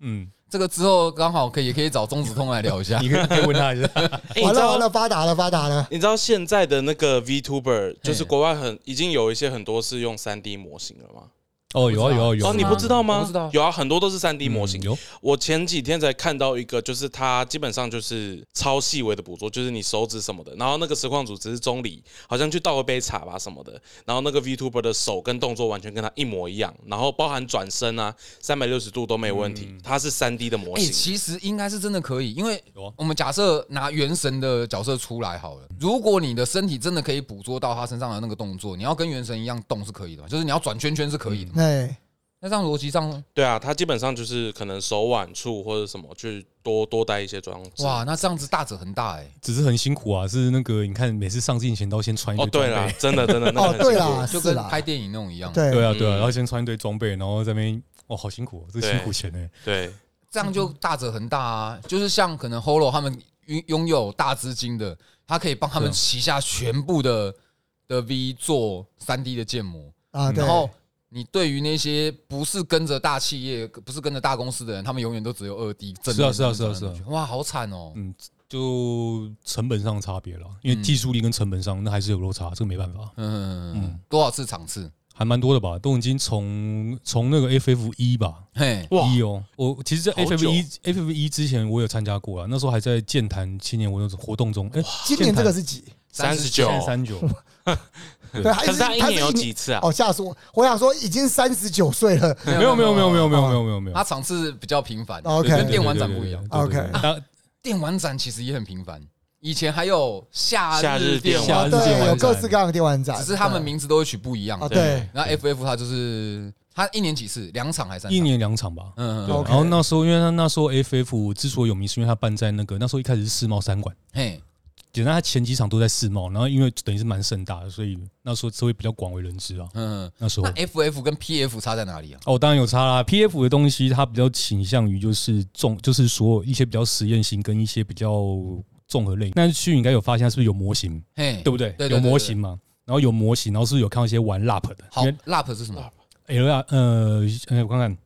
嗯，这个之后刚好可以也可以找钟子通来聊一下。你可以可以问他 一下，哎你完知了道完了，发达了发达了。你知道现在的那个 VTuber，就是国外很已经有一些很多是用三 D 模型了吗？哦有啊有啊有啊，哦，你不知道我吗？不知道有啊，很多都是三 D 模型。有，我前几天才看到一个，就是它基本上就是超细微的捕捉，就是你手指什么的。然后那个实况组只是中里，好像去倒了杯茶吧什么的。然后那个 VTuber 的手跟动作完全跟他一模一样，然后包含转身啊，三百六十度都没问题。它是三 D 的模哎、型。其实应该是真的可以，因为有啊我们假设拿原神的角色出来好了，如果你的身体真的可以捕捉到他身上的那个动作，你要跟原神一样动是可以的嘛，就是你要转圈圈是可以的嘛。哎，那这样逻辑上，对啊，它基本上就是可能手腕处或者什么去多多带一些装置。哦哇，那这样子大者很大哎、只是很辛苦啊，是那个你看每次上镜前都要先穿一哦，堆对装啦嗯备，，真的真的，那个哦很对辛苦啦，就是跟啦，拍电影那种一样。，对对啊对啊，然后先穿一堆装备，然后这边哦好辛苦，这辛苦钱呢，对，这样就大者很大啊。就是像可能 Holo 他们拥拥有大资金的，他可以帮他们对啊旗下全部的的 V 做三 D 的建模。啊，对然后你对于那些不是跟着大企业、不是跟着大公司的人，他们永远都只有二 D 正面是啊是啊这样是转啊来转去哇，好惨哦！嗯。就成本上的差别了，因为技术力跟成本上那还是有落差，这个没办法。嗯嗯，多少次场次？还蛮多的吧，都已经从从那个 FF 一吧。嘿，哇一哦，我其实，在 E，好久 FF 一 FF 一之前我有参加过啊，那时候还在健谈青年活动活动中，哎、今年这个是几？ 39三三九，对，他可一是直他一他年有哎是几次啊哦，吓死我！我想说已经三十九岁了，没有没有没有没有没有没有没有没哦有他场次比较频繁 OK 跟电玩展不一样。 OK 当电玩展其实也很频繁，以前还有夏夏日啊电电夏玩日展，电哦对，玩有各展哦式各样的电玩展，只是他们名字都会取不一样啊，的。对，然后 FF 它就是它一年几次，两场还是三一场？年哦两场吧。嗯，嗯对嗯 OK 然后那时候，因为他那时候 FF 之所以有名，是因为他办在那个那时候一开始是世贸三馆，嘿，简单他前几场都在世贸，然后因为等于是蛮盛大的，所以那时候就会比较广为人知啊。嗯，嗯那时候那 FF 跟 PF 差在哪里啊？哦，当然有差啦。P F 的东西，它比较倾向于就是重，就是所有一些比较实验型跟一些比较综合类。那去应该有发现，是不是有模型，嘿，对不对？对对对有模型嘛，然后有模型，然后是不是有看到一些玩 LAP 的？好因为，LAP 是什么？ L R 呃，呃我看看，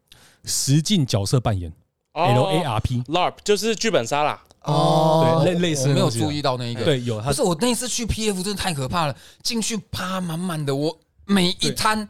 实境角色扮演哦哦 L A R P， LARP 就是剧本杀啦，哦对，类类我似的没有东西啊注意到那一个。，对，有它不是我那一次去 PF 真的太可怕了，进去趴满满的，我每一摊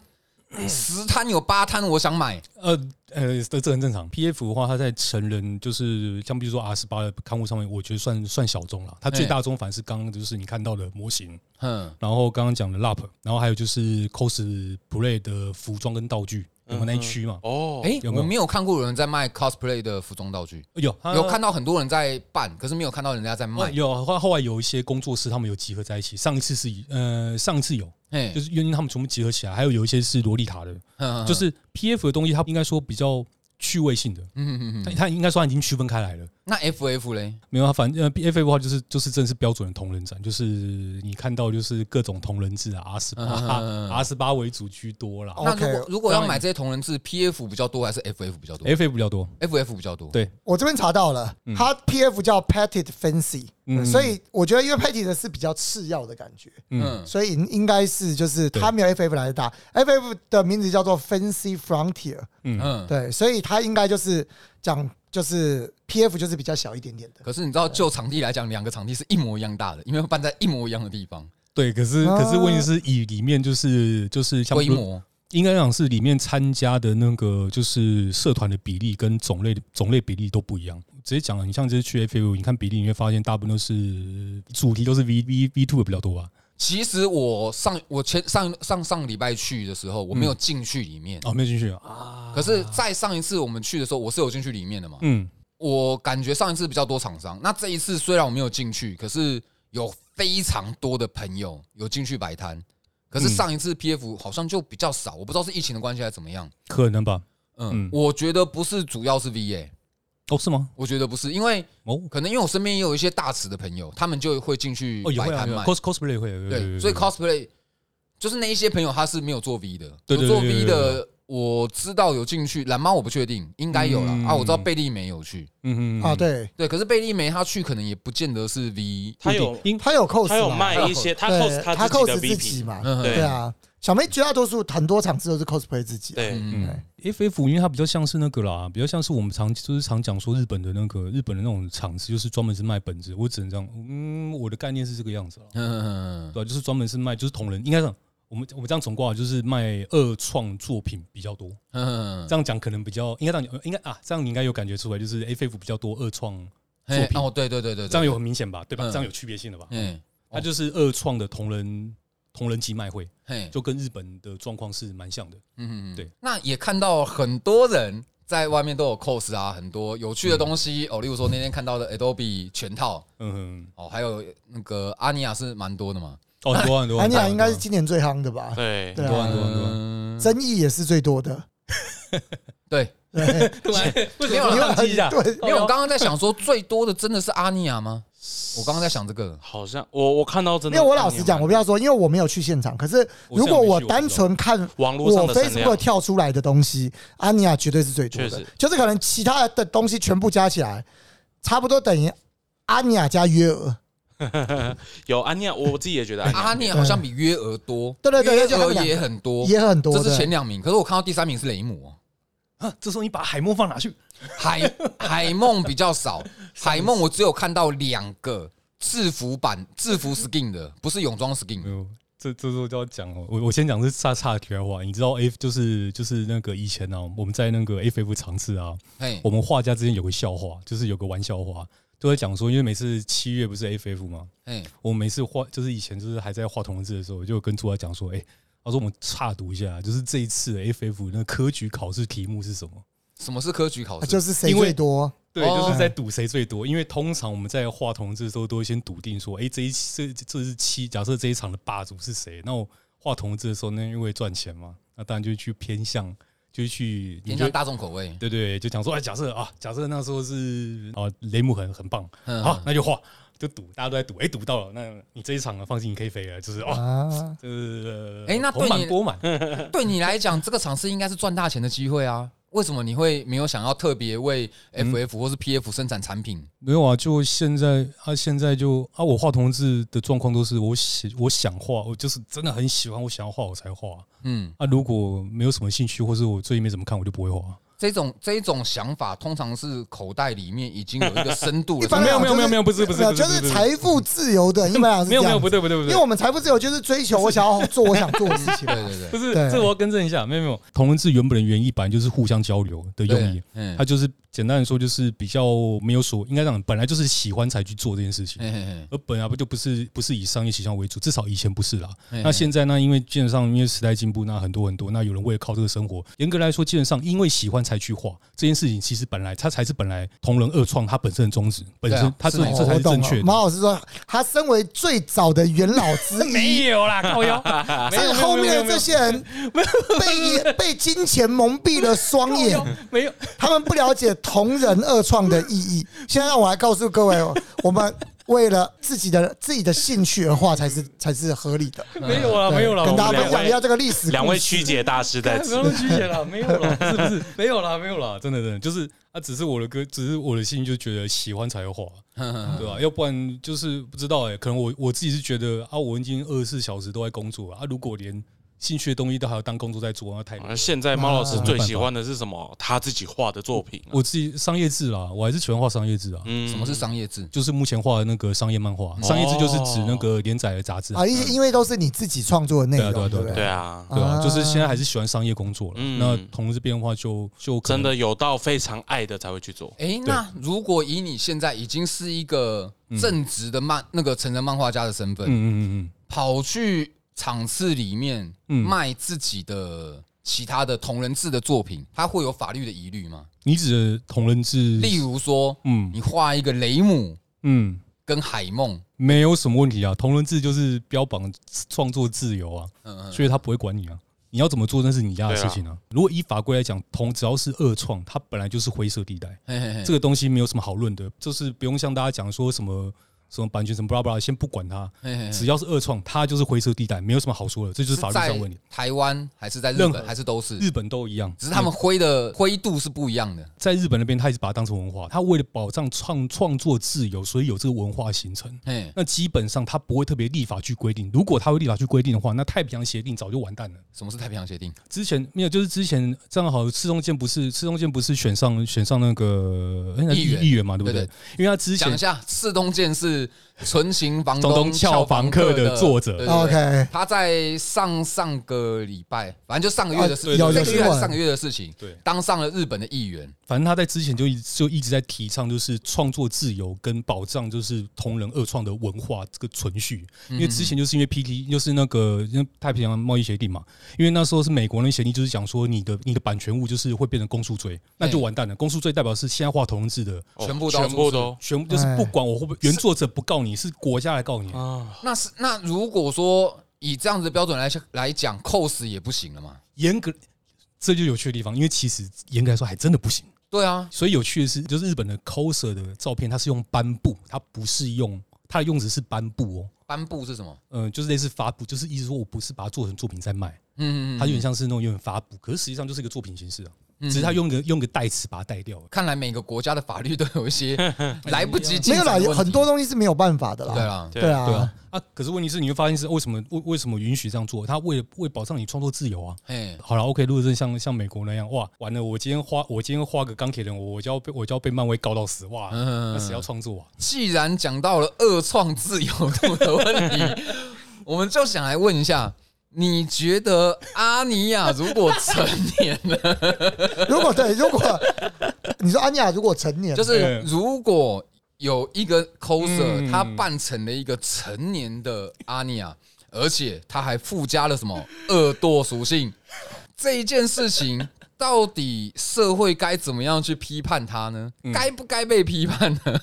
十摊有八摊我想买，呃呃，这这很正常。P F 的话，它在成人就是像比如说 R 十八的刊物上面，我觉得算算小众了。它最哎大众反而是刚刚就是你看到的模型，哼，然后刚刚讲的 LAP，然后还有就是 cosplay 的服装跟道具，我们那嗯一区嘛。哦，哎，有没有啊我没有看过有人在卖 cosplay 的服装道具，有它有看到很多人在办，可是没有看到人家在卖。有后后来有一些工作室他们有集合在一起，上一次是以呃上一次有，嘿就，是因为他们全部集合起来，还有有一些是洛丽塔的，哼就是 P F 的东西，它应该说比较趣味性的，嗯嗯嗯它嗯，它应该说它已经区分开来了。那 FF 嘞？没有啊，反正呃 F F 的话就是就是真的是标准的同人展，就是你看到就是各种同人志啊，R 十八嗯嗯嗯嗯 R 十八 为主居多啦哦那如 OK 果如果要当然买这些同人志，PF 比较多还是 FF 比较多，F F 比较多。 ？FF 比较多。对我这边查到了，它 PF 叫 Petit Fancy，、嗯所以我觉得因为 Petit 的是比较次要的感觉，嗯，所以应该是就是它没有 FF 来的大，FF 的名字叫做 Fancy Frontier，嗯嗯。对，所以它应该就是讲就是 PF 就是比较小一点点的。可是你知道，就场地来讲，两个场地是一模一样大的，因为办在一模一样的地方，对，可是啊可是问题是以里面就是就是像规，模。应该讲是里面参加的那个就是社团的比例跟种类的种类比例都不一样。直接讲了，你像这次去 F F，你看比例你会发现大部分都是主题都是 V V V two 的比较多吧？其实我上我前上上上礼拜去的时候，我没有进去里面，嗯哦，没有进去啊？可是再上一次我们去的时候，我是有进去里面的嘛。嗯，我感觉上一次比较多厂商，那这一次虽然我没有进去，可是有非常多的朋友有进去摆摊。可是上一嗯次 PF 好像就比较少，我不知道是疫情的关系还是怎么样。可能吧？嗯嗯，我觉得不是，主要是 VA，哦，是吗？我觉得不是，因为哦，可能因为我身边也有一些大池的朋友，他们就会进去哦，也嗯摆会啊摊卖。 ，cos cosplay 也会，对，所以 cosplay 就是那一些朋友他是没有做 V 的，对对对有做对对 V 对的我知道有进去，蓝猫我不确定，应该有啦。嗯啊，我知道贝利梅有去，嗯嗯嗯啊，，对，对，可是贝利梅他去可能也不见得是 V，他不一定有因它有 cos，他有嘛卖一些，他对 cos 它他自己的 cos 自 VP，己嘛，嗯对啊，小妹绝大多数很多场次都是 cosplay 自己啊，对，嗯，嗯，FF 因为它比较像是那个啦，比较像是我们常就是常讲说日本的那个日本的那种厂子，就是专门是卖本子。我只能这样，嗯，我的概念是这个样子啦，嗯，对、啊，就是专门是卖就是同人，应该这样，我们我们这样总挂就是卖二创作品比较多。嗯，这样讲可能比较应该这样讲，应该啊，这样你应该有感觉出来，就是 FF 比较多二创，嘿作品哦，对对对对，这样有很明显吧，对吧？嗯这样有区别性的吧？嗯，它就是二创的同人同人集卖会，嘿，就跟日本的状况是蛮像的。嗯，对。那也看到很多人在外面都有 cos 啊，很多有趣的东西哦，例如说那天看到的 Adobe 全套嗯哼，哦，还有那个阿尼亚是蛮多的嘛，哦，很多很多，安妮亚哎很多应该是今年最夯的吧？对，对很啊，多很多嗯，争议也是最多 的。对，对， 为没有突然啦忘记一下？哦对，因为我刚刚在想说，最多的真的是阿尼亚 吗？我刚刚在想这个，好像我我看到真因的，为我老实讲，我不要说，因为我没有去现场。可是如果我单纯看网络上我的声 Facebook 量，跳出来的东西，安妮亚绝对是最多确的实，就是可能其他的东西全部加起来，差不多等于安妮亚加约尔。有安妮亚，我自己也觉得 啊安妮亚阿尼亚好像比约尔多，对对对约对就他们尔两个也很多，也很多这的，是前两名。可是我看到第三名是雷 姆哦，啊，这时候你把海默放哪去？海海梦比较 少，海梦我只有看到两个制服版制服 skin 的，不是泳装 skin 嗯没。有，这这时候就要讲哦，我我先讲是差差的题外话。你知道 F 就是就是那个以前啊，我们在那个 FF 场次啊，嘿哦我，们画家之间有个笑话，就是有个玩笑话，就都在讲说，因为每次七月不是 FF 嘛，哎，我每次画就是以前就是还在画同人志的时候，我就跟朱家讲说，哎、他说我们岔读一下，就是这一次的 FF 那个科举考试题目是什么？什么是科举考啊试？就是谁因为最多，对，哦就是在赌谁最多，因为通常我们在画同志的时候都会先笃定说，哎、这一这这是七，假设这一场的霸主是谁？那我画同志的时候，那因为赚钱嘛，那当然就去偏向，就去偏你就向大众口味。对对，就讲说，哎，假设啊，假设那时候是啊，雷姆很很棒，嗯好，那就画，就赌，大家都在赌，哎、赌到了，那你这一场呢，放心，你可以飞了，就是哦，啊，就是哎那对盆满你钵满，对你来讲，这个场次应该是赚大钱的机会啊。为什么你会没有想要特别为嗯 FF 或是 PF 生产产品？没有啊，就现在啊，现在就啊，我画同志的状况都是我喜我想画，我就是真的很喜欢，我想要画我才画嗯，啊。如果没有什么兴趣，或是我最近没怎么看，我就不会画。啊这种这种想法通常是口袋里面已经有一个深度 一般了。来没讲有没有就是没有没有不是不是没有不是就不是不是是财富自由的，你们俩是没有这 没有样不对不对不因对为，我们财富自由就是追求我想要做我想做的事情 对。对不对，是对这我要更正一下，没有没有，同人志原本的原意本来就是互相交流的用意对，，嗯它，就是简单的说就是比较没有所应该讲，本来就是喜欢才去做这件嗯事情。嘿嘿嘿而本来不就不是不是以商业形象为主，至少以前不是啦。嘿那现在呢？因为基本上因为时代进步，那很多很多，那有人为了靠这个生活，严格来说，基本上因为喜欢才去画这件事情，其实本来它才是本来同人二创它本身的宗旨，本身对啊它是这没这错才哦我是懂正了确。的。马 老师说，他身为最早的元老之 一，有啦，靠腰，没这有后面的没有这些人被被金钱蒙蔽了双眼，没有他们不了解同人二创的意 义。现在让我来告诉各位哦，我们为了自己的自己的兴趣而画才是才是合理的。没有啦，对啊没有啦，跟大我家们分两位享一下这个历史故事。两位曲解大师 在不此要，那么曲解了，没有了，不是不是，没有啦，没有啦，真的真的就是啊，只是我的歌，只是我的心就觉得喜欢才会画。哼哼对吧、要不然就是不知道哎、可能我我自己是觉得啊，我已经二十四小时都在工作了啊，如果连兴趣的东西都还要当工作在做，那太累了……现在猫老师最喜欢的是什么？他自己画的作品啊、我自己商业志啦，我还是喜欢画商业志啊，嗯什么是商业制？就是目前画的那个商业漫画，商业志就是指那个连载的杂志，啊，因因为都是你自己创作的内容，对啊对对啊不对？啊，对啊，啊就是现在还是喜欢商业工作了。嗯那同这边的话就，就可真能的有到非常爱的才会去做。哎，那如果以你现在已经是一个正直的漫那个成人漫画家的身嗯份，嗯嗯跑去场次里面嗯卖自己的其他的同人志的作品，他会有法律的疑虑吗嗯？，你指的同人志，例如说，嗯你画一个雷姆嗯。跟海梦，没有什么问题啊，同人志就是标榜创作自由啊，嗯嗯，所以他不会管你啊。你要怎么做那是你家的事情啊。如果依法规来讲，同只要是恶创，它本来就是灰色地带，嘿嘿嘿这个东西没有什么好论的，就是不用向大家讲说什么什么版权什么巴拉巴拉，先不管它，嘿嘿嘿只要是恶创，它就是灰色地带，没有什么好说的，这就是法律上的问题在。台湾还是在日任本何还是都是，日本都一样，只是他们灰的灰度是不一样的。在日本那边，他一直把它当成文化，他为了保障创创作自由，所以有这个文化形成。嘿，那基本上他不会特别立法去规定，如果他会立法去规定的话，那太平洋协定早就完蛋了。什么是太平洋协定？之前没有，就是之前正好赤松健不是赤松健不是选上选上那个哎那议员议员嘛，对不对对？因为他之讲前一下，赤东健是纯情房房东东俏房房客的的作者对对对 OK，他在上上个礼拜，反正就上个月的事，啊对这个有有月新还闻是上个月的事情，对，当上了日本的议员。反正他在之前就一就一直在提倡，就是创作自由跟保障就是同人二创的文化这个存续。因为之前就是因为 PT 就是那个因为太平洋贸易协定嘛，因为那时候是美国那协定，就是讲说你的你的版权物就是会变成公诉罪，那就完蛋了。公诉罪代表是现在画同人志的。哦全部都要全部都全部就是不管我会不会原作者不告你，是国家来告你。啊，那是那如果说以这样子的标准来来讲，cos 也不行了嘛？严格，这就有趣的地方，因为其实严格来说还真的不行。对啊，所以有趣的是，就是日本的 coser 的照片，它是用斑布，它不是用它的用词是斑布哦。颁布是什么？嗯、就是类似发布，就是意思说我不是把它做成作品在卖，嗯，嗯嗯嗯它有点像是那种有点发布，可是实际上就是一个作品形式啊，只是它用个用个代词把它代掉了。看来每个国家的法律都有一 些来不及进没有展啦，的有问很题多东西是没有办法的对啦。啦，对对对啊啊，，啊！可是问题是，你会发现是为什么为为什么允许这样做？它为了为保障你创作自由啊。哎，好了，OK，如果真的像像美国那样，哇，完了，我今天画我今天画个钢铁人，我就要被我就要被漫威告到死，哇，嗯那谁要创作啊？既然讲到了二创自由度的问 题，我们就想来问一下，你觉得阿尼亚如果成年 了， 如果对，如果你说安妮亚如果成年，就是如果有一个 coser，、嗯他扮成了一个成年的阿尼亚，而且他还附加了什么恶堕属性。这一件事情，到底社会该怎么样去批判他呢？嗯该不该被批判呢？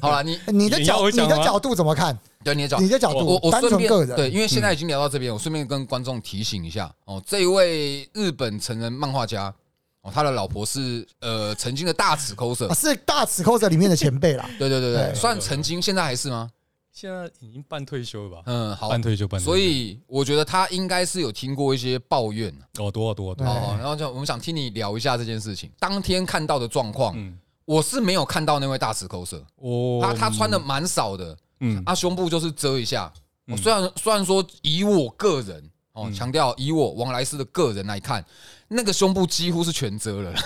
好了，你你的你要角我你讲的吗角度怎么看？对你的角你的角度，我我单顺纯便个人嗯对，因为现在已经聊到这边，我顺便跟观众提醒一下哦，这一位日本成人漫画家哦，他的老婆是呃曾经的大尺抠色啊，是大尺扣者里面的前辈 啦。对对对对，对算曾经，现在还是吗？现在已经半退休了吧？嗯，好，半退休，半退休。所以我觉得他应该是有听过一些抱怨啊哦，多少多少多对少，哦，然后就我们想听你聊一下这件事情，当天看到的状况，嗯，我是没有看到那位大尺抠色，哦，他他穿的蛮少的，嗯，啊，胸部就是遮一下。哦嗯虽然虽然说以我个人哦，嗯强调以我王莱斯的个人来看，那个胸部几乎是全遮了啦，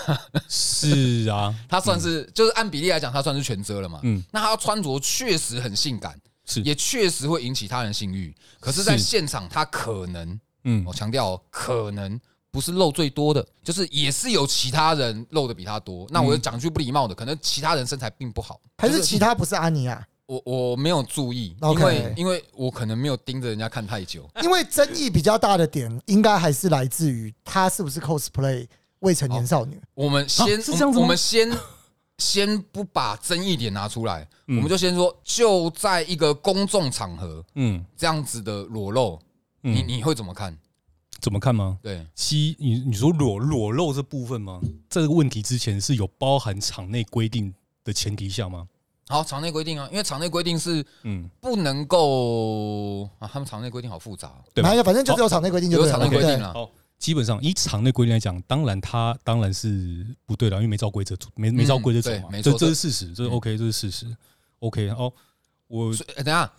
是啊，他算是就是按比例来讲，他算是全遮了嘛。嗯那他穿着确实很性感，是也确实会引起他人性欲。可是，在是现场他可能，嗯我强调哦可能不是露最多的，就是也是有其他人露的比他多。那我就讲句不礼貌的，可能其他人身材并不好，还就是其他不是安妮啊？我我没有注意，因 OK 为因为我可能没有盯着人家看太 久。因为争议比较大的点，应该还是来自于她是不是 cosplay 未成哦年少女。我们先、啊是这样子吗我们我们先先不把争议点拿出来，嗯我们就先说，就在一个公众场合嗯这样子的裸露，嗯，你你会怎么看？怎么看吗？对，七，你你说裸裸露这部分吗？这个问题之前是有包含场内规定的前提下吗？好，场内规定啊，因为场内规定是嗯，不能够啊，他们场内规定好复杂哦、对吧然后反正就是有场内规定就有对了，场内规定对啊，好，基本上以场内规定来讲，当然他当然是不对了，因为没照规则走，没嗯没照嗯规则走嘛，对没这错这这是事实，这是 OK，这是事实，OK 哦。我所以、哎等一下，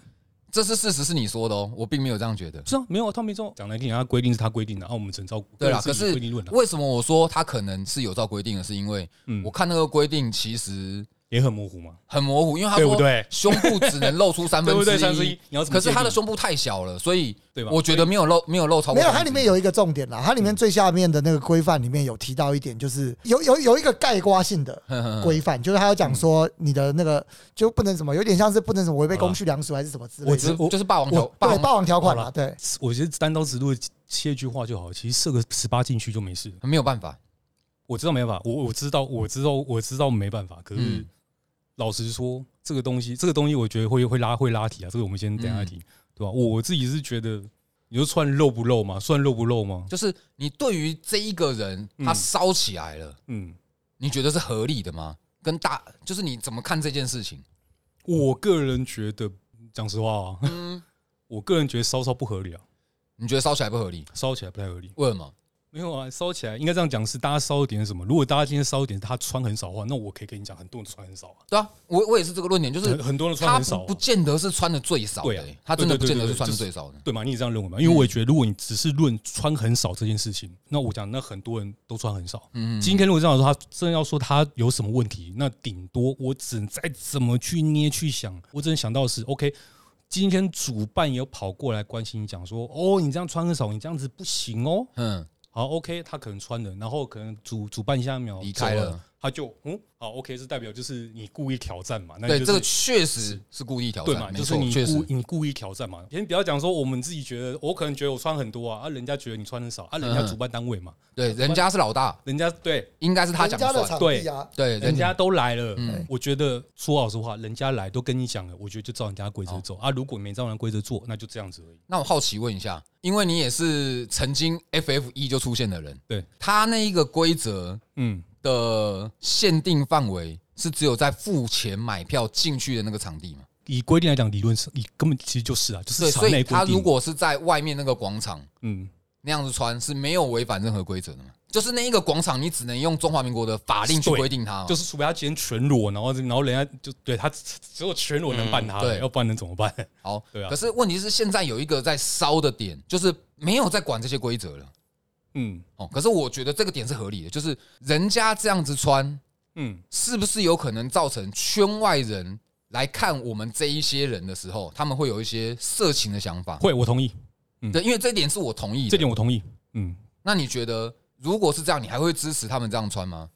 这是事实，是你说的哦，我并没有这样觉得。是啊，没有啊，他没照讲来听，他规定是他规定的，啊然后我们只能照对啦，自可己是规定论啊了，为什么我说他可能是有照规定的？是因为嗯我看那个规定其实也很模糊嘛，很模糊，因为他对不说对？胸部只能露出三 对分不对？三之十一一，，你要怎么可是他的界定胸部太小了，所以对吧？我觉得没有露，没有露超过没3分之一。有，它里 面有一个重点啦，它里嗯面最下面的那个规范里面有提到一点，就是有有有一个概括性的哼哼哼规范，就是它要嗯讲说你的那个就不能什么，有点像是不能什么违背公序良俗还是什么之类我的。知就是就是霸王条我霸对王霸王条款好啦，对，我觉得单刀直入切一句话就好，其实射个十八进去就没事。没有办法，我知道没办法，我我知道我知道我知道没办法，可是嗯老实说，这个东西这个东西，我觉得会会拉会拉题啊，这个我们先等一下提，嗯对吧？我我自己是觉得，你说算肉不肉嘛？算肉不肉吗？就是你对于这一个人嗯他烧起来了，嗯，你觉得是合理的吗？跟大就是你怎么看这件事情？我个人觉得，讲实话啊，嗯， 我个人觉得烧烧不合理啊，你觉得烧起来不合理？烧起来不太合理。为什么？没有啊，烧起来应该这样讲是大家烧一点什么？如果大家今天烧一点，他穿很少的话，那我可以跟你讲，很多人穿很少啊，对啊，我我也是这个论点，就是很很多人穿他很少、不啊不。见得是穿的最少的、欸对啊他真的不见得对对对对是穿的就是最少的。对嘛？你也这样认为嘛？因为我也觉嗯得，如果你只是论穿很少这件事情，那我讲，那很多人都穿很少。嗯，今天如果这样说，他真的要说他有什么问题，那顶多我只能再怎么去捏去想，我只能想到的是 OK。今天主办也有跑过来关心你，讲说哦，你这样穿很少，你这样子不行哦。嗯，好，OK，他可能穿了，然后可能主主办下一秒离开走了哦了，他就嗯，好，OK，是代表就是你故意挑战嘛？那对，就是这个确实是故意挑对嘛，战，没就是错，你确故实，你故意挑战嘛。先不要讲说我们自己觉得，我可能觉得我穿很多啊，啊，人家觉得你穿很少啊，人家嗯主办单位嘛，对，人家是老大，人家对，应该是他人讲家的算，场地啊，对，人家都来了嗯。我觉得说老实话，人家来都跟你讲了，我觉得就照人家哦规则走啊。如果没照人家规则做，那就这样子而已。那我好奇问一下，因为你也是曾经 FF 一就出现的人，对他那一个规则嗯，的限定范围是只有在付钱买票进去的那个场地嘛？以规定来讲，理论上你根本其实就是啊，就是对，所场以内他规如定。果是在外面那个广场嗯，那样子穿，是没有违反任何规则的嘛？就是那一个广场，你只能用中华民国的法令去对规定它嘛，就是是除非他今天全裸，然后然后人家就对他只只有全裸能办他嗯对了，要不然能怎么办？ 好。对啊可是问题是，现在有一个在烧的点，就是没有在管这些规则了。嗯哦，可是我觉得这个点是合理的，就是人家这样子穿，嗯，是不是有可能造成圈外人来看我们这一些人的时候，他们会有一些色情的想法？会，我同意，对，因为这点是我同意这的。点我同意。嗯，那你觉得，如果是这样，你还会支持他们这样穿吗？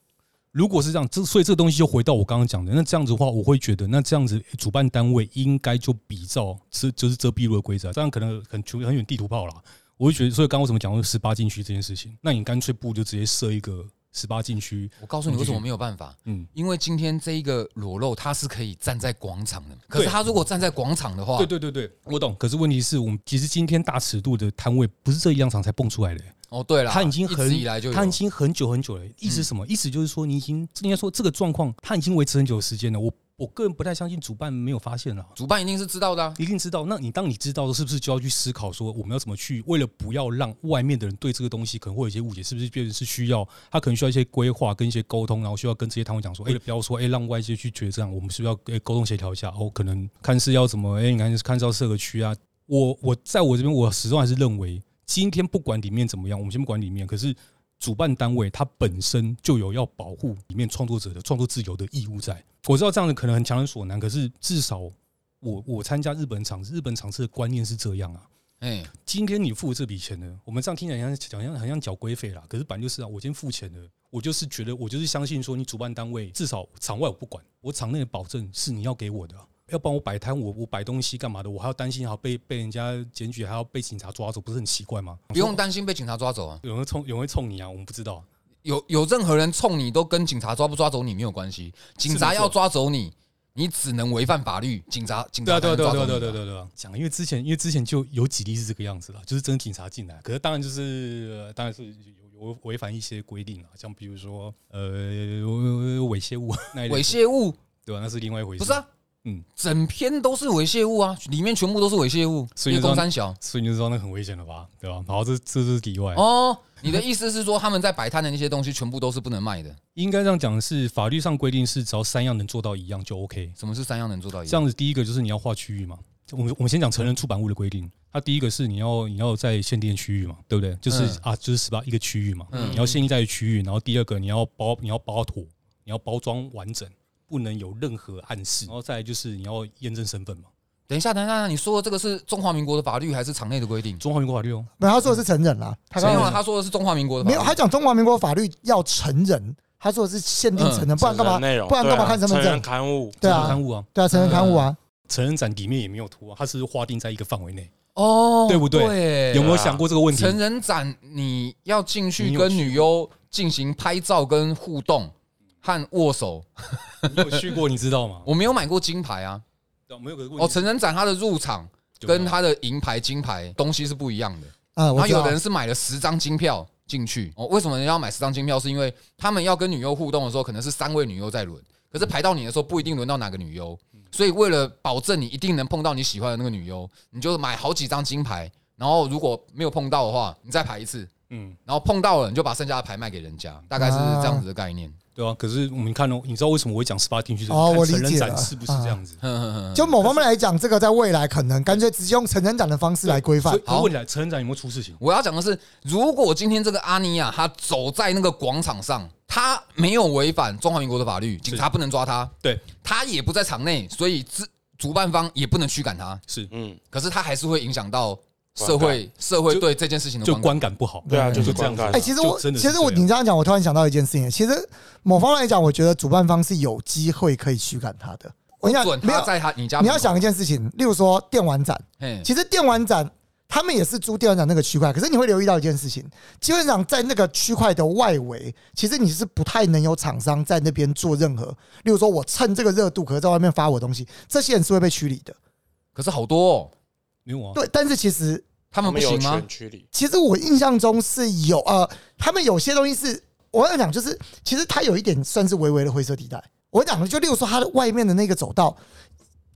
如果是这样，这所以这个东西就回到我刚刚讲的，那这样子的话，我会觉得，那这样子主办单位应该就比照遮就是遮蔽路的规则，这样可能很很远地图炮啦。我会觉得，所以刚刚为什么讲说十八禁区这件事情，那你干脆不如就直接设一个十八禁区，我告诉你为什么没有办法，嗯，因为今天这一个裸露他是可以站在广场的，可是对他如果站在广场的话对，对对对，我懂。可是问题是我们其实今天大尺度的摊位不是这一两场才蹦出来的、哦对了，它已经一很直以来就有嗯它已经很久很久了。意思是什么？意思就是说，你已经应该说这个状况，它已经维持很久的时间了。我我个人不太相信主办没有发现了。主办一定是知道的、啊，一定知道，那你当你知道的时候，是不是就要去思考说，我们要怎么去？为了不要让外面的人对这个东西可能会有一些误解，是不是变成是需要他可能需要一些规划跟一些沟通，然后需要跟这些摊位讲说，哎、不要说哎、让外界去觉得这样，我们是不是要哎沟通协调一下？哦，可能看是要怎么哎、你看看是要设个区啊。我我在我这边，我始终还是认为，今天不管里面怎么样，我们先不管里面，可是。主办单位它本身就有要保护里面创作者的创作自由的义务在。我知道这样子可能很强人所难，可是至少我我参加日本场，日本场次的观念是这样啊。哎，今天你付了这笔钱呢，我们这样听起来很像好像很像缴规费啦，可是本来就是啊，我今天付钱了，我就是觉得我就是相信说，你主办单位至少场外我不管，我场内的保证是你要给我的啊、要不然我摆摊，我我摆东西干嘛的，我还要担心还要被被人家检举，还要被警察抓走，不是很奇怪吗？不用担心被警察抓走啊，有人会冲有人会冲你啊，我们不知道啊、有有任何人冲你都跟警察抓不抓走你没有关系，警察是没错要抓走你，你只能违反法律，警察警对察啊，对才啊，能对啊，抓对走啊，对你吧。啊，对啊对啊对啊，讲，因为之前因为之前就有几例是这个样子啦，就是真的警察进来，可是当然就是呃当然是有有违反一些规定啊，像比如说呃猥亵物 那一类的猥亵物对吧、那是另外一回不事，是啊，嗯，整篇都是猥亵物啊，里面全部都是猥亵物，所以一就公让三小。所以你就知道那很危险了吧，对吧、好，这这是例外，哦，你的意思是说他们在摆摊的那些东西全部都是不能卖的？应该这样讲的是法律上规定是只要三样能做到一样就 OK，什么是三样能做到一这样？样子，第一个就是你要划区域嘛。我们我们先讲成人出版物的规定，它第一个是你要你要在限定区域嘛，对不对？就是、嗯啊，就是十八一个区域嘛，嗯你要限定在区域，然后第二个你要包你要包妥，你要包装完整，不能有任何暗示，哦然后再来就是你要验证身份嘛，等一下，等一下，你说的这个是中华民国的法律还是场内的规定？中华民国法律哦，没有，他说的是成人啦，他没刚有刚啊，他说的是中华民国的法没律。有，他讲中华民国法律要成人，他说的是限定成人，不然干嘛成人内？容不然干对嘛啊看身份成人证？刊物，对成人啊刊，物啊，对啊，成人刊物啊，成人展里面也没有图啊，它是划定在一个范围内，哦，对不对对有没有想过这个问题？成人展你要进去你有跟去女优进行拍照跟互动和握手，你有去过，你知道 吗？我没有买过金牌啊。我没有个问题啊哦，成人展它的入场有没有跟它的银牌、金牌东西是不一样的。啊，然我后知有道的。人是买了十张金票进去哦。为什么人要买十张金票？是因为他们要跟女优互动的时候，可能是三位女优在轮，可是排到你的时候不一定轮到哪个女优，所以为了保证你一定能碰到你喜欢的那个女优，你就买好几张金牌。然后如果没有碰到的话，你再排一次，嗯，然后碰到了你就把剩下的牌卖给人家，大概是这样子的概念。 对啊。可是我们看哦，你知道为什么我会讲十八禁区？哦我理成人解展了是不是这样子？哼哼哼就某方面来讲，这个在未来可能干脆直接用成人展的方式来规范所以。他问你来，成人展有没有出事情？我要讲的是，如果今天这个阿尼亚她走在那个广场上，她没有违反中华民国的法律，警察不能抓她，对，他也不在场内，所以主主办方也不能驱赶他。是嗯，可是他还是会影响到社会社会对这件事情的就观感。观感不好。对啊，对就是就这样观看子哎、啊。其实就我真的是其实我这样你这样讲，我突然想到一件事情。其实某方面来讲，我觉得主办方是有机会可以驱赶他的。我跟你不准讲，没他有，在他你家门口，你要想一件事情，例如说电玩展，嘿，其实电玩展他们也是租电玩展那个区块，可是你会留意到一件事情，基本上在那个区块的外围，其实你是不太能有厂商在那边做任何，例如说我趁这个热度，可是在外面发我东西，这些人是会被驱离的。可是好多哦，没有啊，对，但是其实他们不有行吗选？区里，其实我印象中是有呃，他们有些东西是我要讲，就是其实它有一点算是微微的灰色地带。我讲的就例如说它的外面的那个走道，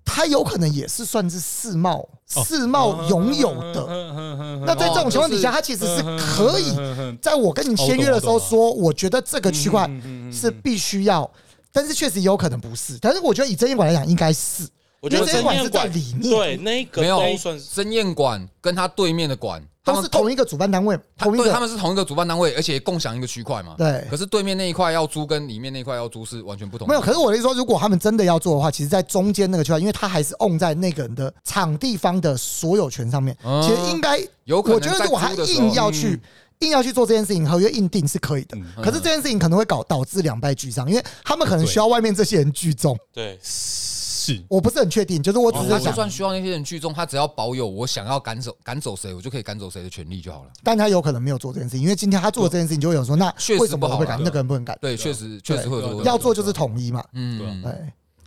它有可能也是算是世贸世贸拥有哦的。的那在这种情况底下，哦它其实是可嗯以以在我跟你签约的时候哦我懂我懂说，我觉得这个区嗯块是是必须要，但是确实也有可能不是。但是我觉得以证券馆来讲，应该是，我觉得因为这一真馆验是在里面对那个没有都算是深宴馆跟他对面的馆，他都是们同一个主办单位，他同一对他个们是同一个主办单位，而且共享一个区块嘛。对可。是对面那一块要租跟里面那一块要租是完全不同没的。有，可是我的意思说，如果他们真的要做的话，其实，在中间那个区块，因为它还是 own 在那个人的场地方的所有权上面，嗯其实应该，有可我能觉在得如果他租的时候嗯硬要去，硬要去做这件事情，合约硬定是可以的。嗯可是这件事情可能会搞导致两败俱伤，因为他们可能需要外面这些人聚众。对，是我不是很确定，就是我只哦是他就想，算需要那些人聚众，他只要保有我想要赶走赶走谁，我就可以赶走谁的权利就好了。但他有可能没有做这件事情，因为今天他做这件事情，就会有人说，那确实为什么不我好会敢，啦那个人不能敢？啊对，确实确实会有这个问题要做就是统一嘛。对啊嗯，对，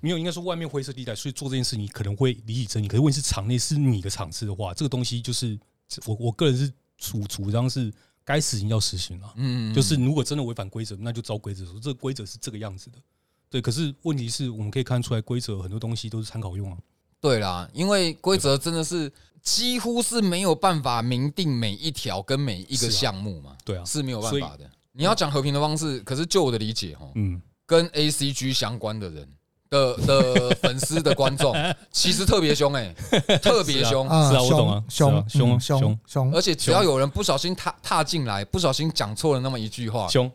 没有，应该说外面灰色地带，所以做这件事你可能会理解争议。可是问题是场内是你的场次的话，这个东西就是我我个人是主主张是该实行要实行啊。嗯就是如果真的违反规则，那就照规则说，这个规则是这个样子的。对，可是问题是我们可以看出来，规则很多东西都是参考用啊。对啦，因为规则真的是几乎是没有办法明定每一条跟每一个是啊项目嘛，对啊是没有办所以法的。你要讲和平的方式，可是就我的理解哦，嗯，跟 A C G 相关的人的的粉丝的观 众，其实特别凶哎，特别凶。啊是啊我懂啊凶是啊凶啊嗯凶凶凶而，且只要有人不小心踏踏进来，不小心讲错了那么一句 话，凶，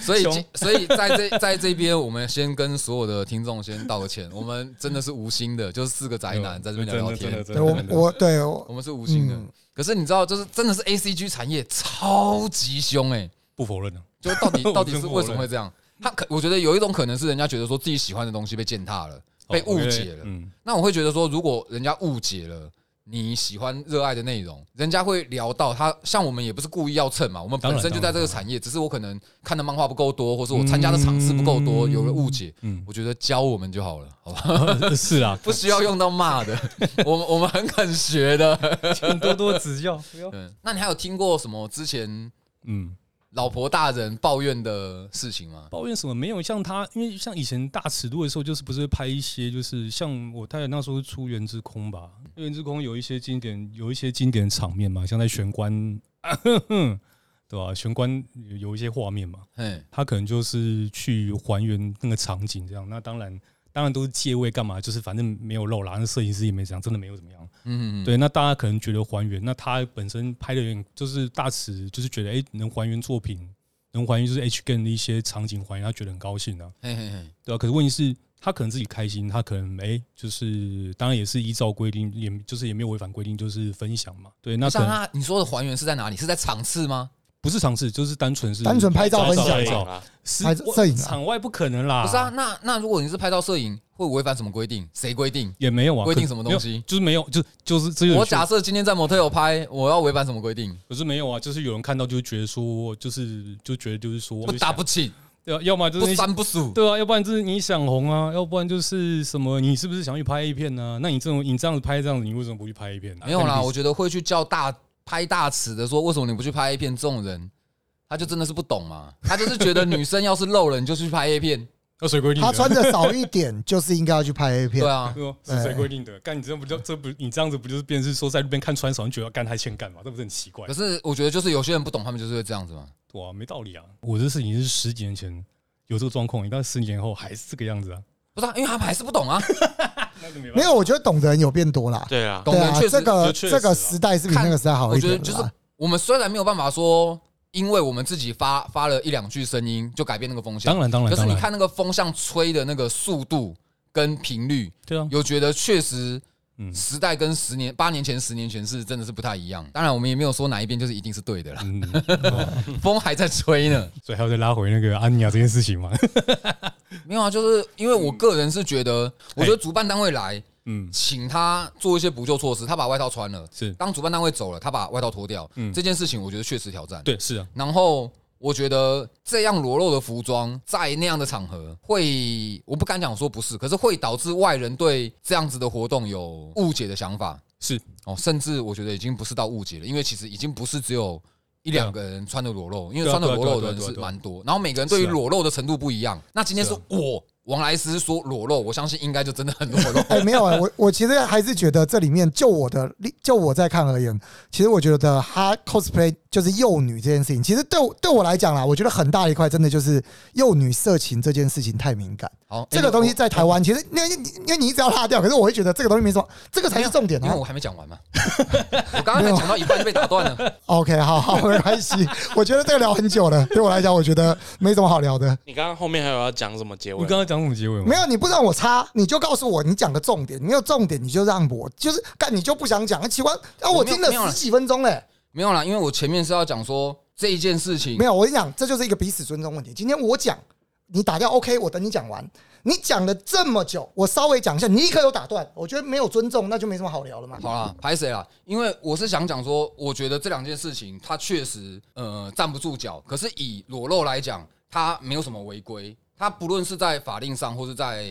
所以凶所以在这在这边，我们先跟所有的听众先道个歉，我们真的是无心的，就是四个宅男在这边聊聊天，对我我对我我们是无心的嗯。可是你知道，就是真的是 A C G 产业超级凶哎、不否认啊。就到底我到底是为什么会这样？他可我觉得有一种可能是人家觉得说自己喜欢的东西被践踏了，哦被误解了。嗯，那我会觉得说，如果人家误解了。你喜欢热爱的内容，人家会聊到他，像我们也不是故意要蹭嘛，我们当本然身就在这个当然产业，只是我可能看的漫画不够多，或是我参加的场次不够多，嗯有了误解。嗯我觉得教我们就好了，好吧？ 是啊，不需要用到骂的，我们我们很肯学的。 请多多指教。嗯，那你还有听过什么之前嗯，老婆大人抱怨的事情吗？抱怨什么没有？像他，因为像以前大尺度的时候，就是不是会拍一些，就是像我太太那时候出《原之空》吧，《原之空》有一些经典，有一些经典场面嘛，像在玄关， 对吧、玄关有有一些画面嘛，嘿，他可能就是去还原那个场景这样。那当然，当然都是借位干嘛？就是反正没有漏啦，那摄影师也没怎样，真的没有怎么样。嗯，对，那大家可能觉得还原，那他本身拍的有点就是大尺，就是觉得哎、诶能还原作品，能还原就是 H g a n 的一些场景还原，他觉得很高兴啊，嘿嘿嘿，对啊，可是问题是，他可能自己开心，他可能哎、诶就是当然也是依照规定，也就是也没有违反规定，就是分享嘛。对，那可像能他你说的还原是在哪里？是在场次吗？不是尝试，就是单纯是单纯拍照分拍享摄拍影照，啊，是拍摄影啊场外不可能啦，不是啊，那那如果你是拍到摄影，会违反什么规定？谁规定？也没有啊，规定可什么没有东西就是没有，就就是这个我假设今天在模特有拍，我要违反什么规定？可是没有啊，就是有人看到就觉得说，就是就觉得就是说不打不起，对啊，要么就是不你三不四。对啊，要不然就是你想红啊，要不然就是什么，你是不是想去拍 A 片啊呢、那你这种你这样子拍这样子，你为什么不去拍 A 片、啊？没有啦，跟你我觉得会去叫大拍大尺的说，为什么你不去拍 A 片？这种人，他就真的是不懂嘛，他就是觉得女生要是露了，你就去拍 A 片，那谁规定的？啊他穿的少一点， 就是应该要去拍 A 片对。啊，对啊是哎谁规定的？干你这不就这不你这样子不就是变成是说在路边看穿少，你觉得干他欠干嘛？这不是很奇怪可？是我觉得就是有些人不懂，他们就是会这样子嘛。对啊，没道理啊！我这事情是十几年前有这个状况，你看十年后还是这个样子啊？不是、啊，因为他们还是不懂 啊，那就没办法没有，我觉得懂的人有变多啦。对啊，懂对的人啊，确实这个就确实啊这个时代是比那个时代好我一觉得点就是啦。。我们虽然没有办法说，因为我们自己发发了一两句声音就改变那个风向，当然当然，可是当你然，看那个风向吹的那个速度跟频率，对啊，有觉得确实嗯时代跟十年、八年前、十年前是真的是不太一样。当然，我们也没有说哪一边就是一定是对的啦，嗯，哦风还在吹 呢。所以还要再拉回那个安妮亚这件事情嘛？嗯没有啊，就是因为我个人是觉得，我哎觉得主办单位来嗯，请他做一些补救措施，他把外套穿了，是嗯当主办单位走了，他把外套脱掉，这件事情我觉得确实挑战。对，是啊，然后我觉得这样裸露的服装在那样的场合会，我不敢讲说不是，可是会导致外人对这样子的活动有误解的想法是哦，甚至我觉得已经不是到误解了，因为其实已经不是只有。一两个人穿的裸露，因为对啊穿的裸露对的啊对啊人对啊是对啊蛮多，然后每个人对于是啊裸露的程度不一样。那今天是是啊我王莱斯说裸露，我相信应该就真的很裸露 哎，没有啊，我我其实还是觉得这里面就我的立就我在看而言，其实我觉得他 cosplay 就是幼女这件事情，其实对我对我来讲啦，我觉得很大一块真的就是幼女色情这件事情太敏感。好，这个哎东西在台湾其实因为因为你只要拉掉，可是我会觉得这个东西没什么，这个才是重点因为啊我。还没讲完嘛， 我刚刚才讲到一半就被打断了。 OK，好好没关系，我觉得这个聊很久了，对我来讲，我觉得没什么好聊嗯的。你刚刚后面还有要讲什么结你尾？刚刚讲什么结尾吗？没有，你不让我插，你就告诉我你讲个重点，你没有重点，你就让我就是干，你就不想讲，啊奇怪啊，我听了没有没有十几分钟嘞，没有啦，因为我前面是要讲说，这一件事情没，有，我跟你讲，这就是一个彼此尊重问题。今天我讲，你打掉 OK，我等你讲完。你讲了这么久，我稍微讲一下，你立刻有打断，我觉得没有尊重，那就没什么好聊了嘛。好啦，拍谁啦？因为我是想讲说，我觉得这两件事情它确实呃站不住脚，可是以裸露来讲，它没有什么违规，它不论是在法令上或是在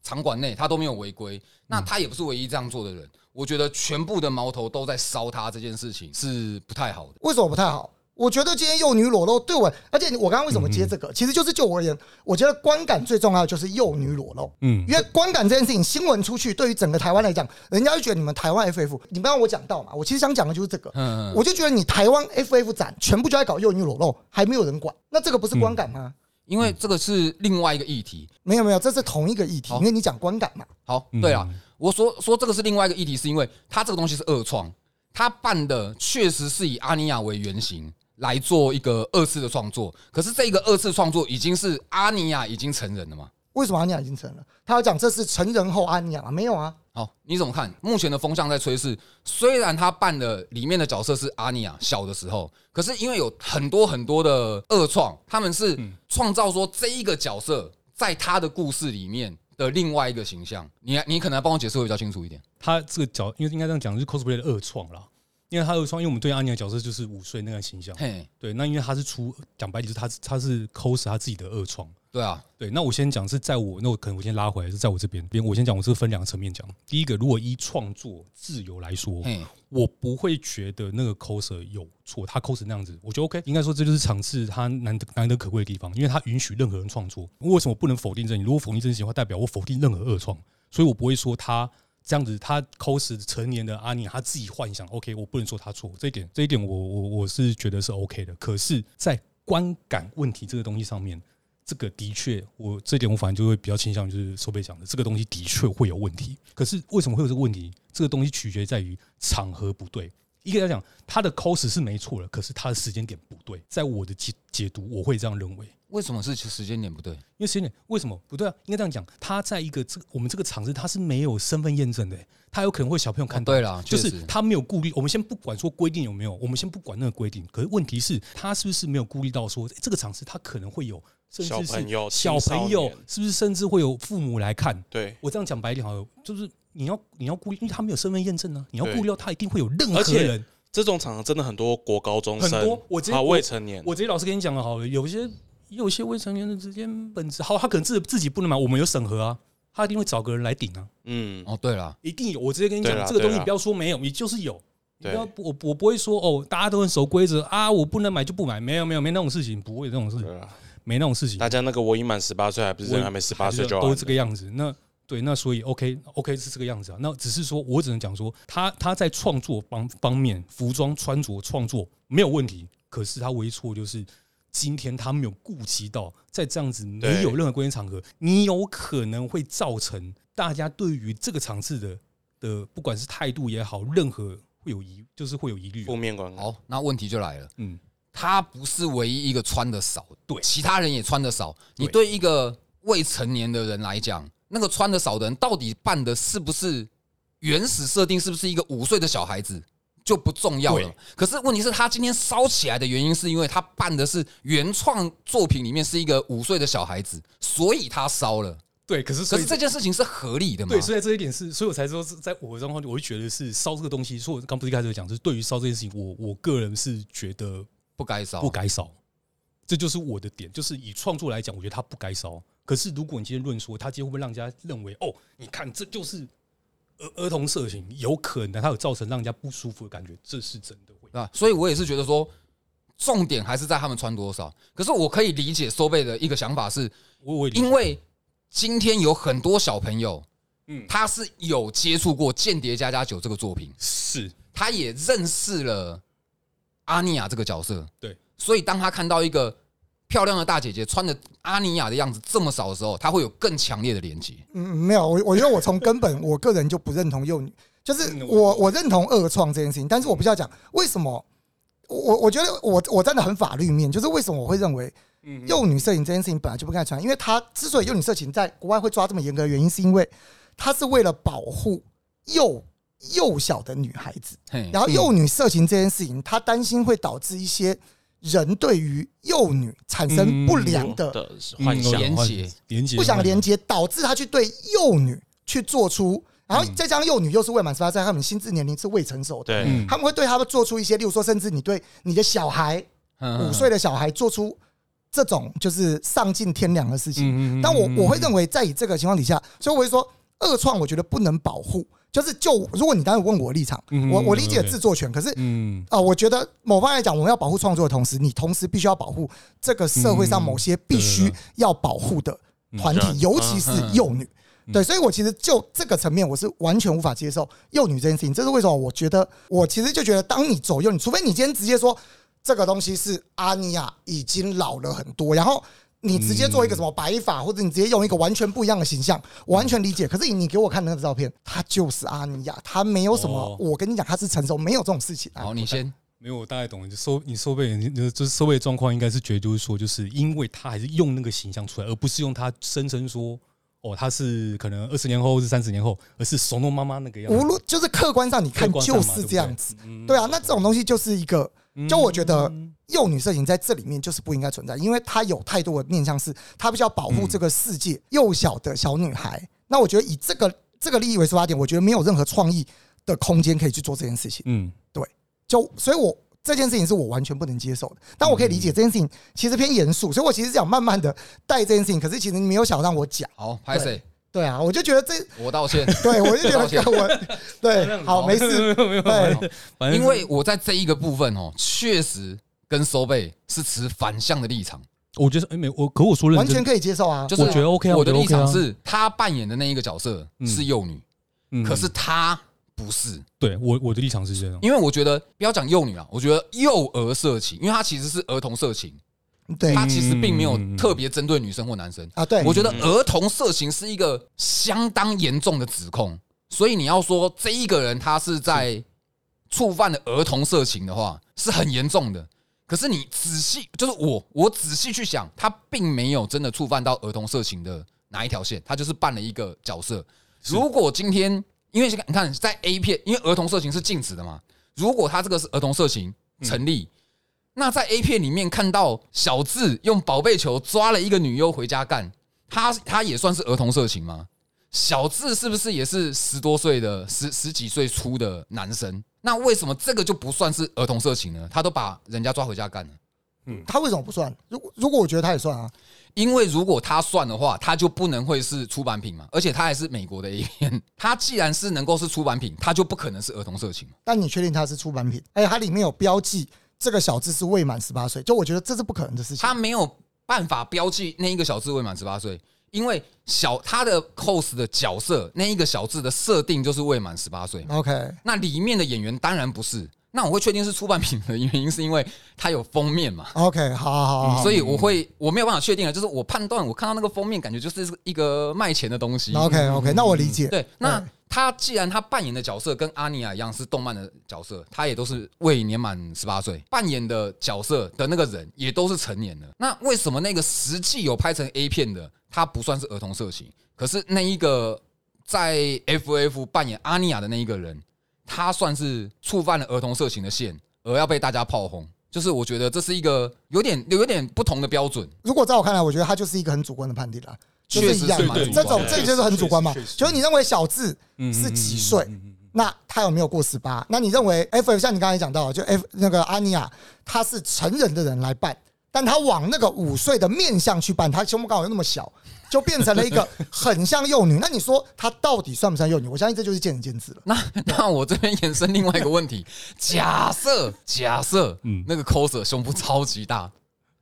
场馆内，它都没有违规。那他也不是唯一这样做的人，我觉得全部的矛头都在烧他这件事情是不太好的。为什么不太好？我觉得今天幼女裸露对我，而且我刚刚为什么接这个，其实就是就我而言，我觉得观感最重要的就是幼女裸露。嗯因为观感这件事情，新闻出去，对于整个台湾来讲，人家就觉得你们台湾 FF，你不让我讲到嘛，我其实想讲的就是这个。嗯，我就觉得你台湾 FF 展全部就在搞幼女裸露，还没有人管，那这个不是观感吗？因为这个是另外一个议题。没有没有，这是同一个议题，好因为你讲观感嘛。好，嗯对啦，我说说这个是另外一个议题，是因为他这个东西是恶创，他办的确实是以阿尼亚为原型来做一个二次的创作，可是这个二次创作已经是阿尼亚已经成人了嘛？为什么安妮亚已经成了？他要讲这是成人后安妮亚吗？没有啊，好，你怎么看？目前的风向在吹是，虽然他扮的里面的角色是阿尼亚小的时候，可是因为有很多很多的恶创，他们是创造说这一个角色在他的故事里面的另外一个形象。你你可能要帮我解释会比较清楚一点。他这个角，因为应该这样讲，就是 cosplay 的二创啦。因为他二创，因为我们对安妮的角色就是五岁那个形象，嘿，对，那因为他是出讲白点，就是他是他是 cos 他自己的二创。对啊，对，那我先讲是在我，那我可能我先拉回来是在我这边，边我先讲，我是分两个层面讲。第一个，如果依创作自由来说，嘿，我不会觉得那个 coser 有错，他 cos 那样子，我觉得 OK。应该说这就是场次他难得难得可贵的地方，因为他允许任何人创作。为什么不能否定这？你如果否定这件事情的话，代表我否定任何恶创，所以我不会说他这样子，他 cos 成年的阿尼亚他自己幻想 OK，我不能说他错，这一点这一点我我我是觉得是 OK 的。可是，在观感问题这个东西上面。这个的确，我这点我反正就会比较倾向于就是收贝讲的，这个东西的确会有问题。可是为什么会有这个问题？这个东西取决在于场合不对。一个来讲，他的 cos 是没错的，可是他的时间点不对。在我的解解读，我会这样认为。为什么是时间点不对？因为时间点为什么不对啊？应该这样讲，他在一个这我们这个场子，他是没有身份验证的、他有可能会小朋友看到。哦对啦，就确是实，他没有顾虑，我们先不管说规定有没有，我们先不管那个规定。可是问题是，他是不是没有顾虑到说、诶哎这个场次他可能会有，甚至是小朋友小青少朋友年是不是甚至会有父母来看？对，我这样讲白一点好了，就是你要你要顾虑，因为他没有身份验证呢、啊你要对顾虑到他一定会有任而何且人。这种场合真的很多国高中很生多我直接啊我未成年，我直接老实跟你讲了好了，有些有些未成年的之间本质好，他可能自自己不能买，我们有审核啊，他一定会找个人来顶啊。嗯，哦，对啦，一定有。我直接跟你讲对，啦这个东对西啦不要说没有，你就是有。你对不要，我我不会说哦，大家都很守规则啊，我不能买就不买，没有没有没那种事情，不会有这种事情，对啊，没那种事情。大家那个我已满十八岁，还不是人还没十八岁就都要是这个样子。那对，那所以 OK OK 是这个样子啊。那只是说我只能讲说，他他在创作方方面，服装穿着创作没有问题，可是他唯一错就是。今天他没有顾及到，在这样子没有任何规定场合，你有可能会造成大家对于这个场次的的，不管是态度也好，任何会有疑，就是会有疑虑啊、负面观感。好，那问题就来了，嗯，他不是唯一一个穿的少，对其他人也穿的少。对你对一个未成年的人来讲，那个穿的少的人到底扮的是不是原始设定，是不是一个五岁的小孩子就不重要了对。可是问题是他今天烧起来的原因，是因为他扮的是原创作品里面是一个五岁的小孩子，所以他烧了。对。可是可所以是这件事情是合理的嘛？对，所以在这一点是，所以我才说是在我的状况，我会觉得是烧这个东西。所以我刚不是一开始有讲，就是对于烧这件事情，我我个人是觉得不该烧，啊不该烧，这就是我的点。就是以创作来讲，我觉得它不该烧。可是如果你今天论说，它今天会不会让人家认为，哦，你看这就是儿儿童色情，有可能它有造成让人家不舒服的感觉，这是真的会。对吧？啊所以我也是觉得说，重点还是在他们穿多少。可是我可以理解收贝的一个想法是，我我也理解因为今天有很多小朋友，嗯他是有接触过《间谍加加酒》这个作品，是他也认识了阿尼亚这个角色。对，所以当他看到一个漂亮的大姐姐穿的阿尼亚的样子这么少的时候，他会有更强烈的连接。嗯，没有，我我觉得我从根本，我 个人就不认同幼女，就是嗯我我我认同恶创这件事情，但是我必须要讲为什么。我我觉得我我站得很法律面，就是为什么我会认为幼女摄影这件事情本来就不该传，因为它之所以幼女摄影在国外会抓这么严格，的原因是因为它是为了保护幼幼小的女孩子，嘿，嗯然后幼女色情这件事情，她担心会导致一些人对于幼女产生不良的、的幻嗯想我，连结连接不想连接，导致他去对幼女去做出，然后再加上幼女又是未满十八岁，他们心智年龄是未成熟对，的，嗯他们会对他们做出一些，例如说，甚至你对你的小孩嗯五岁的，的小孩做出这种就是丧尽天良的事情。嗯但我我会认为为，在以这个情况底下，所以我会说，恶创我觉得不能保护。就是就如果你当然问我的立场嗯，我我理解 OK 制作权，可是嗯啊、我觉得某方面来讲，我们要保护创作的同时，你同时必须要保护这个社会上某些必须要保护的团体，嗯尤其是幼女。嗯对，所以我其实就这个层面，我是完全无法接受幼女这件事情。这是为什么？我觉得我其实就觉得，当你走幼女，除非你今天直接说这个东西是阿尼亚已经老了很多，然后你直接做一个什么白发，或者你直接用一个完全不一样的形象，嗯我完全理解。可是你给我看那个照片，她就是阿尼亚，她没有什么。哦我跟你讲，她是成熟，没有这种事情啊。好，你先，没有，我大概懂。就收你收费，你就是收费的状况应该是绝对就是说，就是因为他还是用那个形象出来，而不是用他声称说哦，他是可能二十年后或是三十年后，而是怂恿妈妈那个样无子。嗯论就是客观上你看就是这样子，对啊，那这种东西就是一个，就我觉得幼女色情在这里面就是不应该存在，因为它有太多的面向是，它必须要保护这个世界幼小的小女孩。那我觉得以这个这个利益为出发点，我觉得没有任何创意的空间可以去做这件事情。嗯，就所以我，这件事情是我完全不能接受的。但我可以理解这件事情其实偏严肃，所以我其实想慢慢的带这件事情，可是其实你没有想让我讲。好，拍谁？对啊，我就觉得这我道歉，对我就觉抱得歉我对好 没事，没有没有对没有，反正因为我在这一个部分哦，确实跟收贝是持反向的立场，我觉得哎没有我，可我说认完真全可以接受啊。就是我觉得 OK 啊我的我立觉得 OK 啊场是他扮演的那一个角色嗯是幼女，嗯可是他不是，对我我的立场是这样，因为我觉得不要讲幼女啊，我觉得幼儿色情，因为它其实是儿童色情，对它其实并没有嗯特别针对女生或男生。啊，对，我觉得儿童色情是一个相当严重的指控，所以你要说这一个人他是在触犯了儿童色情的话，是很严重的。可是你仔细，就是我，我仔细去想，他并没有真的触犯到儿童色情的哪一条线，他就是扮了一个角色。如果今天，因为你看在 A 片，因为儿童色情是禁止的嘛，如果他这个是儿童色情成立，那在 A 片里面看到小智用宝贝球抓了一个女优回家干，他他也算是儿童色情吗？小智是不是也是十多岁的十十几岁出的男生？那为什么这个就不算是儿童色情呢？他都把人家抓回家干了。他为什么不算？如果如果我觉得他也算啊，因为如果他算的话，他就不能会是出版品嘛，而且他还是美国的 A 片， 他既然是能够是出版品，他就不可能是儿童色情嘛。但你确定他是出版品？而且它里面有标记这个小字是未满十八岁，就我觉得这是不可能的事情他。没有办法标记那一个小字未满十八岁，因为小他的 cos 的角色那一个小字的设定就是未满十八岁嘛， OK，那里面的演员当然不是。那我会确定是出版品的原因，是因为它有封面嘛， OK，好好好好，嗯所以我会我没有办法确定了，就是我判断我看到那个封面，感觉就是一个卖钱的东西。 OK OK，那我理解。嗯对，那他既然他扮演的角色跟阿尼亚一样是动漫的角色，他也都是未年满十八岁，扮演的角色的那个人也都是成年的。那为什么那个实际有拍成 A 片的，他不算是儿童色情？可是那一个在 FF 扮演阿尼亚的那一个人，他算是触犯了儿童色情的线，而要被大家炮轰。就是我觉得这是一个有点有点不同的标准，如果在我看来，我觉得他就是一个很主观的判定啦，就确是实一样是嘛。蛮主这观种的这就是很主观嘛确实确，实就是你认为小字嗯是几岁嗯嗯嗯嗯那他有没有过十八？那你认为 F F 像你刚才讲到，就 F 那个阿尼亚，他是成人的人来办，但他往那个五岁的面向去办，他胸部刚好又那么小，就变成了一个 很像幼女。那你说他到底算不算幼女？我相信这就是见仁见智了。那 那我这边延伸另外一个问题，假设假设，嗯那个 coser 胸部超级大，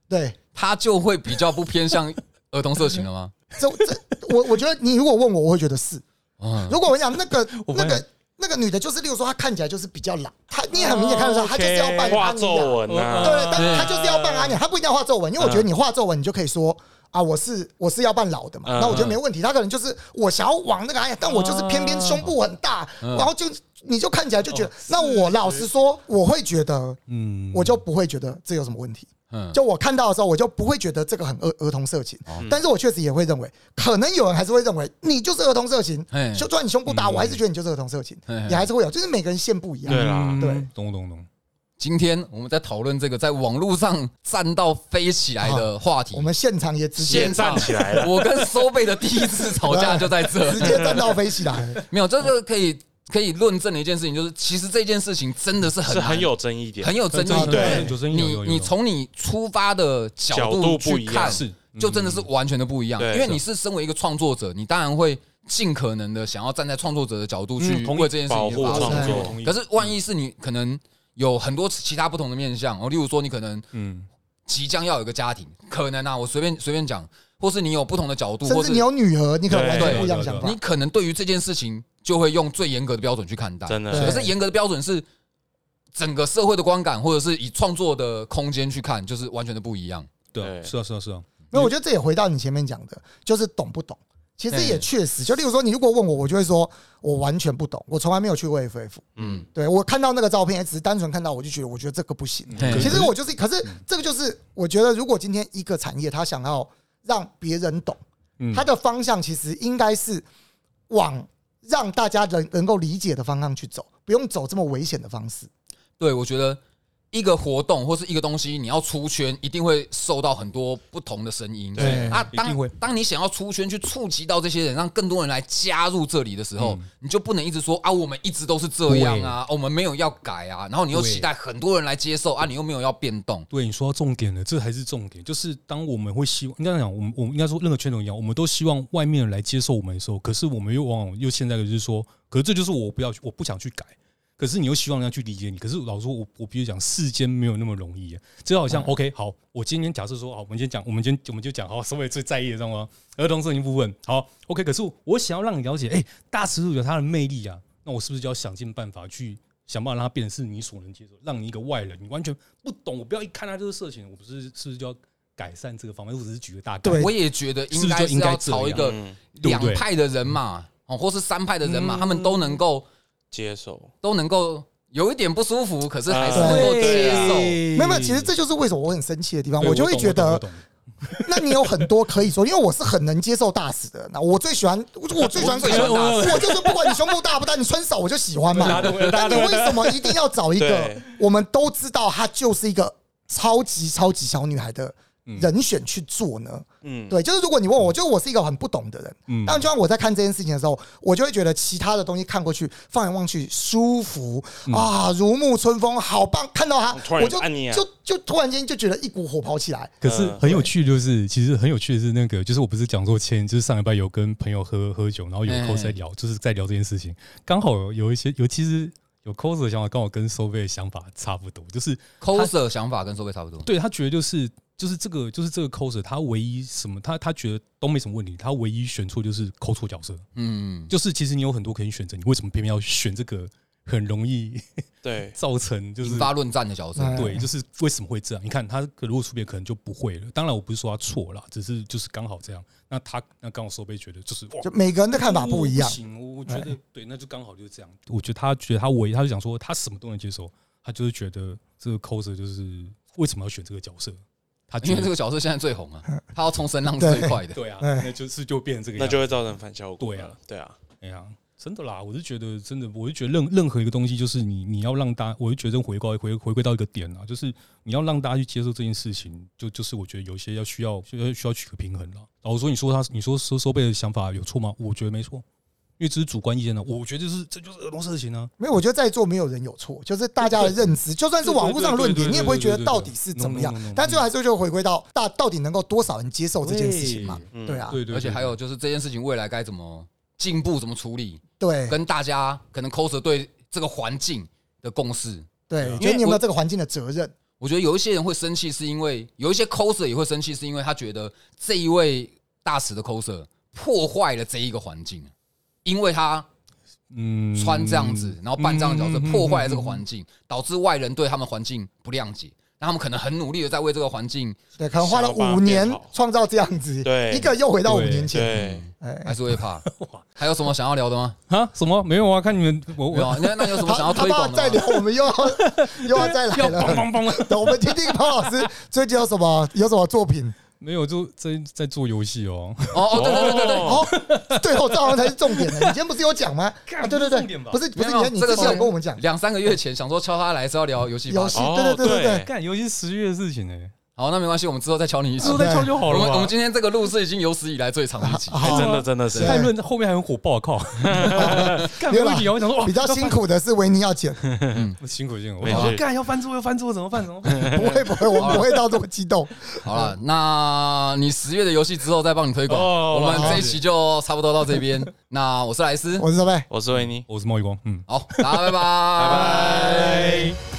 对，他就会比较不偏向儿童色情了吗？这这我我觉得你如果问我，我会觉得是。嗯，如果我讲那个我那发现个那个女的，就是例如说她看起来就是比较懒，她你也很哦明显看得出来，她就是要扮画阿尼亚皱纹啊啊，对，但他就是要扮阿娘，他不一定要画皱纹，因为我觉得你画皱纹，你就可以说啊，我是我是要扮老的嘛，嗯那我觉得没问题。他可能就是我想要往那个阿娘，但我就是偏偏胸部很大，然后就你就看起来就觉得，那我老实说，我会觉得，嗯我就不会觉得这有什么问题。嗯就我看到的时候，我就不会觉得这个很儿儿童色情，但是我确实也会认为，可能有人还是会认为你就是儿童色情嘿，就算你胸部大，我还是觉得你就是儿童色情嘿嘿，也还是会有，就是每个人线不一样。对啦嗯对懂懂懂。今天我们在讨论这个在网络上站到飞起来的话题。我们现场也直接嗯现场站起来了我跟收贝的第一次吵架就在 这直，接站到飞起来了。没有这个可以可以论证的一件事情，就是其实这件事情真的是很 是难很有争议点很。有争议很的。有对有争议有你有有你从你出发的角角度不去一样看，是就真的是完全的不一样。嗯对因为你是身为一个创作者，你当然会尽可能的想要站在创作者的角度去嗯同意为这件事保情护发创声。作同意可是万一是你可能有很多其他不同的面向，哦，例如说你可能嗯，即将要有一个家庭，可能啊，我随便随便讲，或是你有不同的角度，甚或至是你有女儿，你可能完全对不一样想法你。可能对于这件事情就会用最严格的标准去看待。真的可对是严格的标准是整个社会的观感，或者是以创作的空间去看，就是完全的不一样。对啊，对是啊，是啊，是啊，那我觉得这也回到你前面讲的，就是懂不懂。其实嗯也确实，就例如说，你如果问我，我就会说，我完全不懂，我从来没有去过 FF。嗯，对我看到那个照片，只是单纯看到，我就觉得，我觉得这个不行。嗯对其实我就是，可是这个就是，我觉得如果今天一个产业它想要让别人懂，嗯它的方向其实应该是往让大家能能够理解的方向去走，不用走这么危险的方式。对我觉得一个活动或是一个东西，你要出圈，一定会受到很多不同的声音。对啊，一定当会当你想要出圈去触及到这些人，让更多人来加入这里的时嗯候，你就不能一直说啊，我们一直都是这样啊，我们没有要改啊，然后你又对期待很多人来接受啊，你又没有要变动。对，你说到重点了，这才是重点。就是当我们会希望，应该讲，我们我们应该说任何圈层一样，我们都希望外面人来接受我们的时候，可是我们又往往又现在的就是说，可是这就是我不要去，我不想去改。可是你又希望人家去理解你，可是老实说，我我必须讲，世间没有那么容易啊。这好像、OK，好，嗯我今天假设说，好，我们今天讲，我们今天我们就讲，好，所谓最在意的，知道吗？儿童摄影部分，好，OK。可是我想要让你了解，哎、大尺度有它的魅力啊，那我是不是就要想尽办法去想办法让它变成是你所能接受，让你一个外人，你完全不懂，我不要一看它就是色情，我不是是不是就要改善这个方面？我只是举个大概，对我也觉得是不应是该就是应该要这样朝一个嗯两派的人马嗯哦，或是三派的人马，嗯他们都能够接受，都能够有一点不舒服，可是还是啊能够接受。嗯对没有，没有，其实这就是为什么我很生气的地方，对我就会懂觉懂得我，懂那你有很多可以说，因为我是很能接受大使的人啊。那我最喜欢，我我最喜欢我最喜欢大使我就是不管你胸部大不大，你穿少我就喜欢嘛。大家都会但大家你都会为什么一定要找一个对我们都知道她就是一个超级超级小女孩的人选去做呢？嗯，对，就是如果你问我，就是我是一个很不懂的人。嗯但就像我在看这件事情的时候，我就会觉得其他的东西看过去，放眼望去舒服啊，如沐春风，好棒！看到她，突然我就按你啊就就突然间就觉得一股火跑起来。可是嗯很有趣，就是其实很有趣的是那个，就是我不是讲说前就是上礼拜有跟朋友喝喝酒，然后有嗯 cos 在聊，就是在聊这件事情，刚好有一些，尤其是有 cos 的想法，刚好跟收费的想法差不多，就是抠 o 的想法跟收费差不多，对他觉得就是就是这个就是这个 coser 他唯一什么他他觉得都没什么问题，他唯一选错就是抠错角色，嗯，就是其实你有很多可以选择，你为什么偏偏要选这个很容易对，造成就是哎引发论战的角色，嗯对，就是为什么会这样？你看他如果出别可能就不会了。当然我不是说他错了，只是就是刚好这样。那他那刚好收被觉得就是哇就每个人的看法不一样哎我。行，我我觉得对，那就刚好就是这样。我觉得他觉得他唯一，他就想说他什么都能接受，他就是觉得这个 coser 就是为什么要选这个角色？他因觉为这得个角色现在最红啊，他要冲声浪是最快的。哎对啊，哎那就是就变成这个那样就子。会造成反效果。嗯对啊，对啊，哎呀，真的啦，我是觉得真的，我就觉得任任何一个东西，就是你你要让大家，我就觉得回归回回归到一个点啊，就是你要让大家去接受这件事情，就就是我觉得有些要需要需要需要取个平衡了。老实说，你说他你说收收贝的想法有错吗？我觉得没错，因为这是主观意见呢、啊我觉得就是这就是儿童色情啊。没有，我觉得在座没有人有错，就是大家的认知，就算是网络上的论点，你也不会觉得到底是怎么样对对对对对对对对对对对对对对对对。但最后还是就回归到大到底能够多少人接受这件事情嘛？嗯对啊，对对，而且对还有就是这件事情未来该怎么进步、怎么处理，哎对跟大家可能 coser 对这个环境的共识。对，啊觉得你有没有这个环境的责任？我觉得有一些人会生气，是因为有一些 coser 也会生气，是因为他觉得这一位大使的 coser 破坏了这一个环境，因为他嗯穿这样子，然后扮这样的角色，嗯破坏了这个环境，导致外人对他们环境不谅解。那他们可能很努力的在为这个环境，对，可能花了想要把五它变年好创造这样子，对一个又回到五对年前。嗯对，哎，还是会 怕。还有什么想要聊的吗？啊什么没有啊？看你们我没有我啊，那那有什么想好要他推爸广再的吗？聊，我们又要又要再来 要梆了。梆梆了。我们听听潘老师最近有什么有什么作品？没有就在在做游戏哦。哦哦，对对对对对，哦，对哦，这好像才是重点呢。你今天不是有讲吗？啊，对对重点对，吧不是不是，没有你这之个前有跟我们讲两三个月前想说敲他来是要聊游戏吧游。戏，哦对对对对哎对干，尤其是十月的事情哎，好，那没关系，我们之后再敲你一之次后。再敲就好我了们吧。我们今天这个录是已经有史以来最长的 一集。哎啊真的真的是对太 论后面还很火爆， 靠！干没没有啦问题啊，我想说哇对，比较辛苦的是维尼要剪，辛苦辛苦，我没想说事干要翻桌要翻桌怎么办怎么办？不会不会，我们不会到这么激动。好了，那你十月的游戏之后再帮你推广。哦我们这一期就差不多到这边。那我是莱斯，我是小贝，我是维尼。我是猫一光，嗯。好，大家拜拜，拜拜。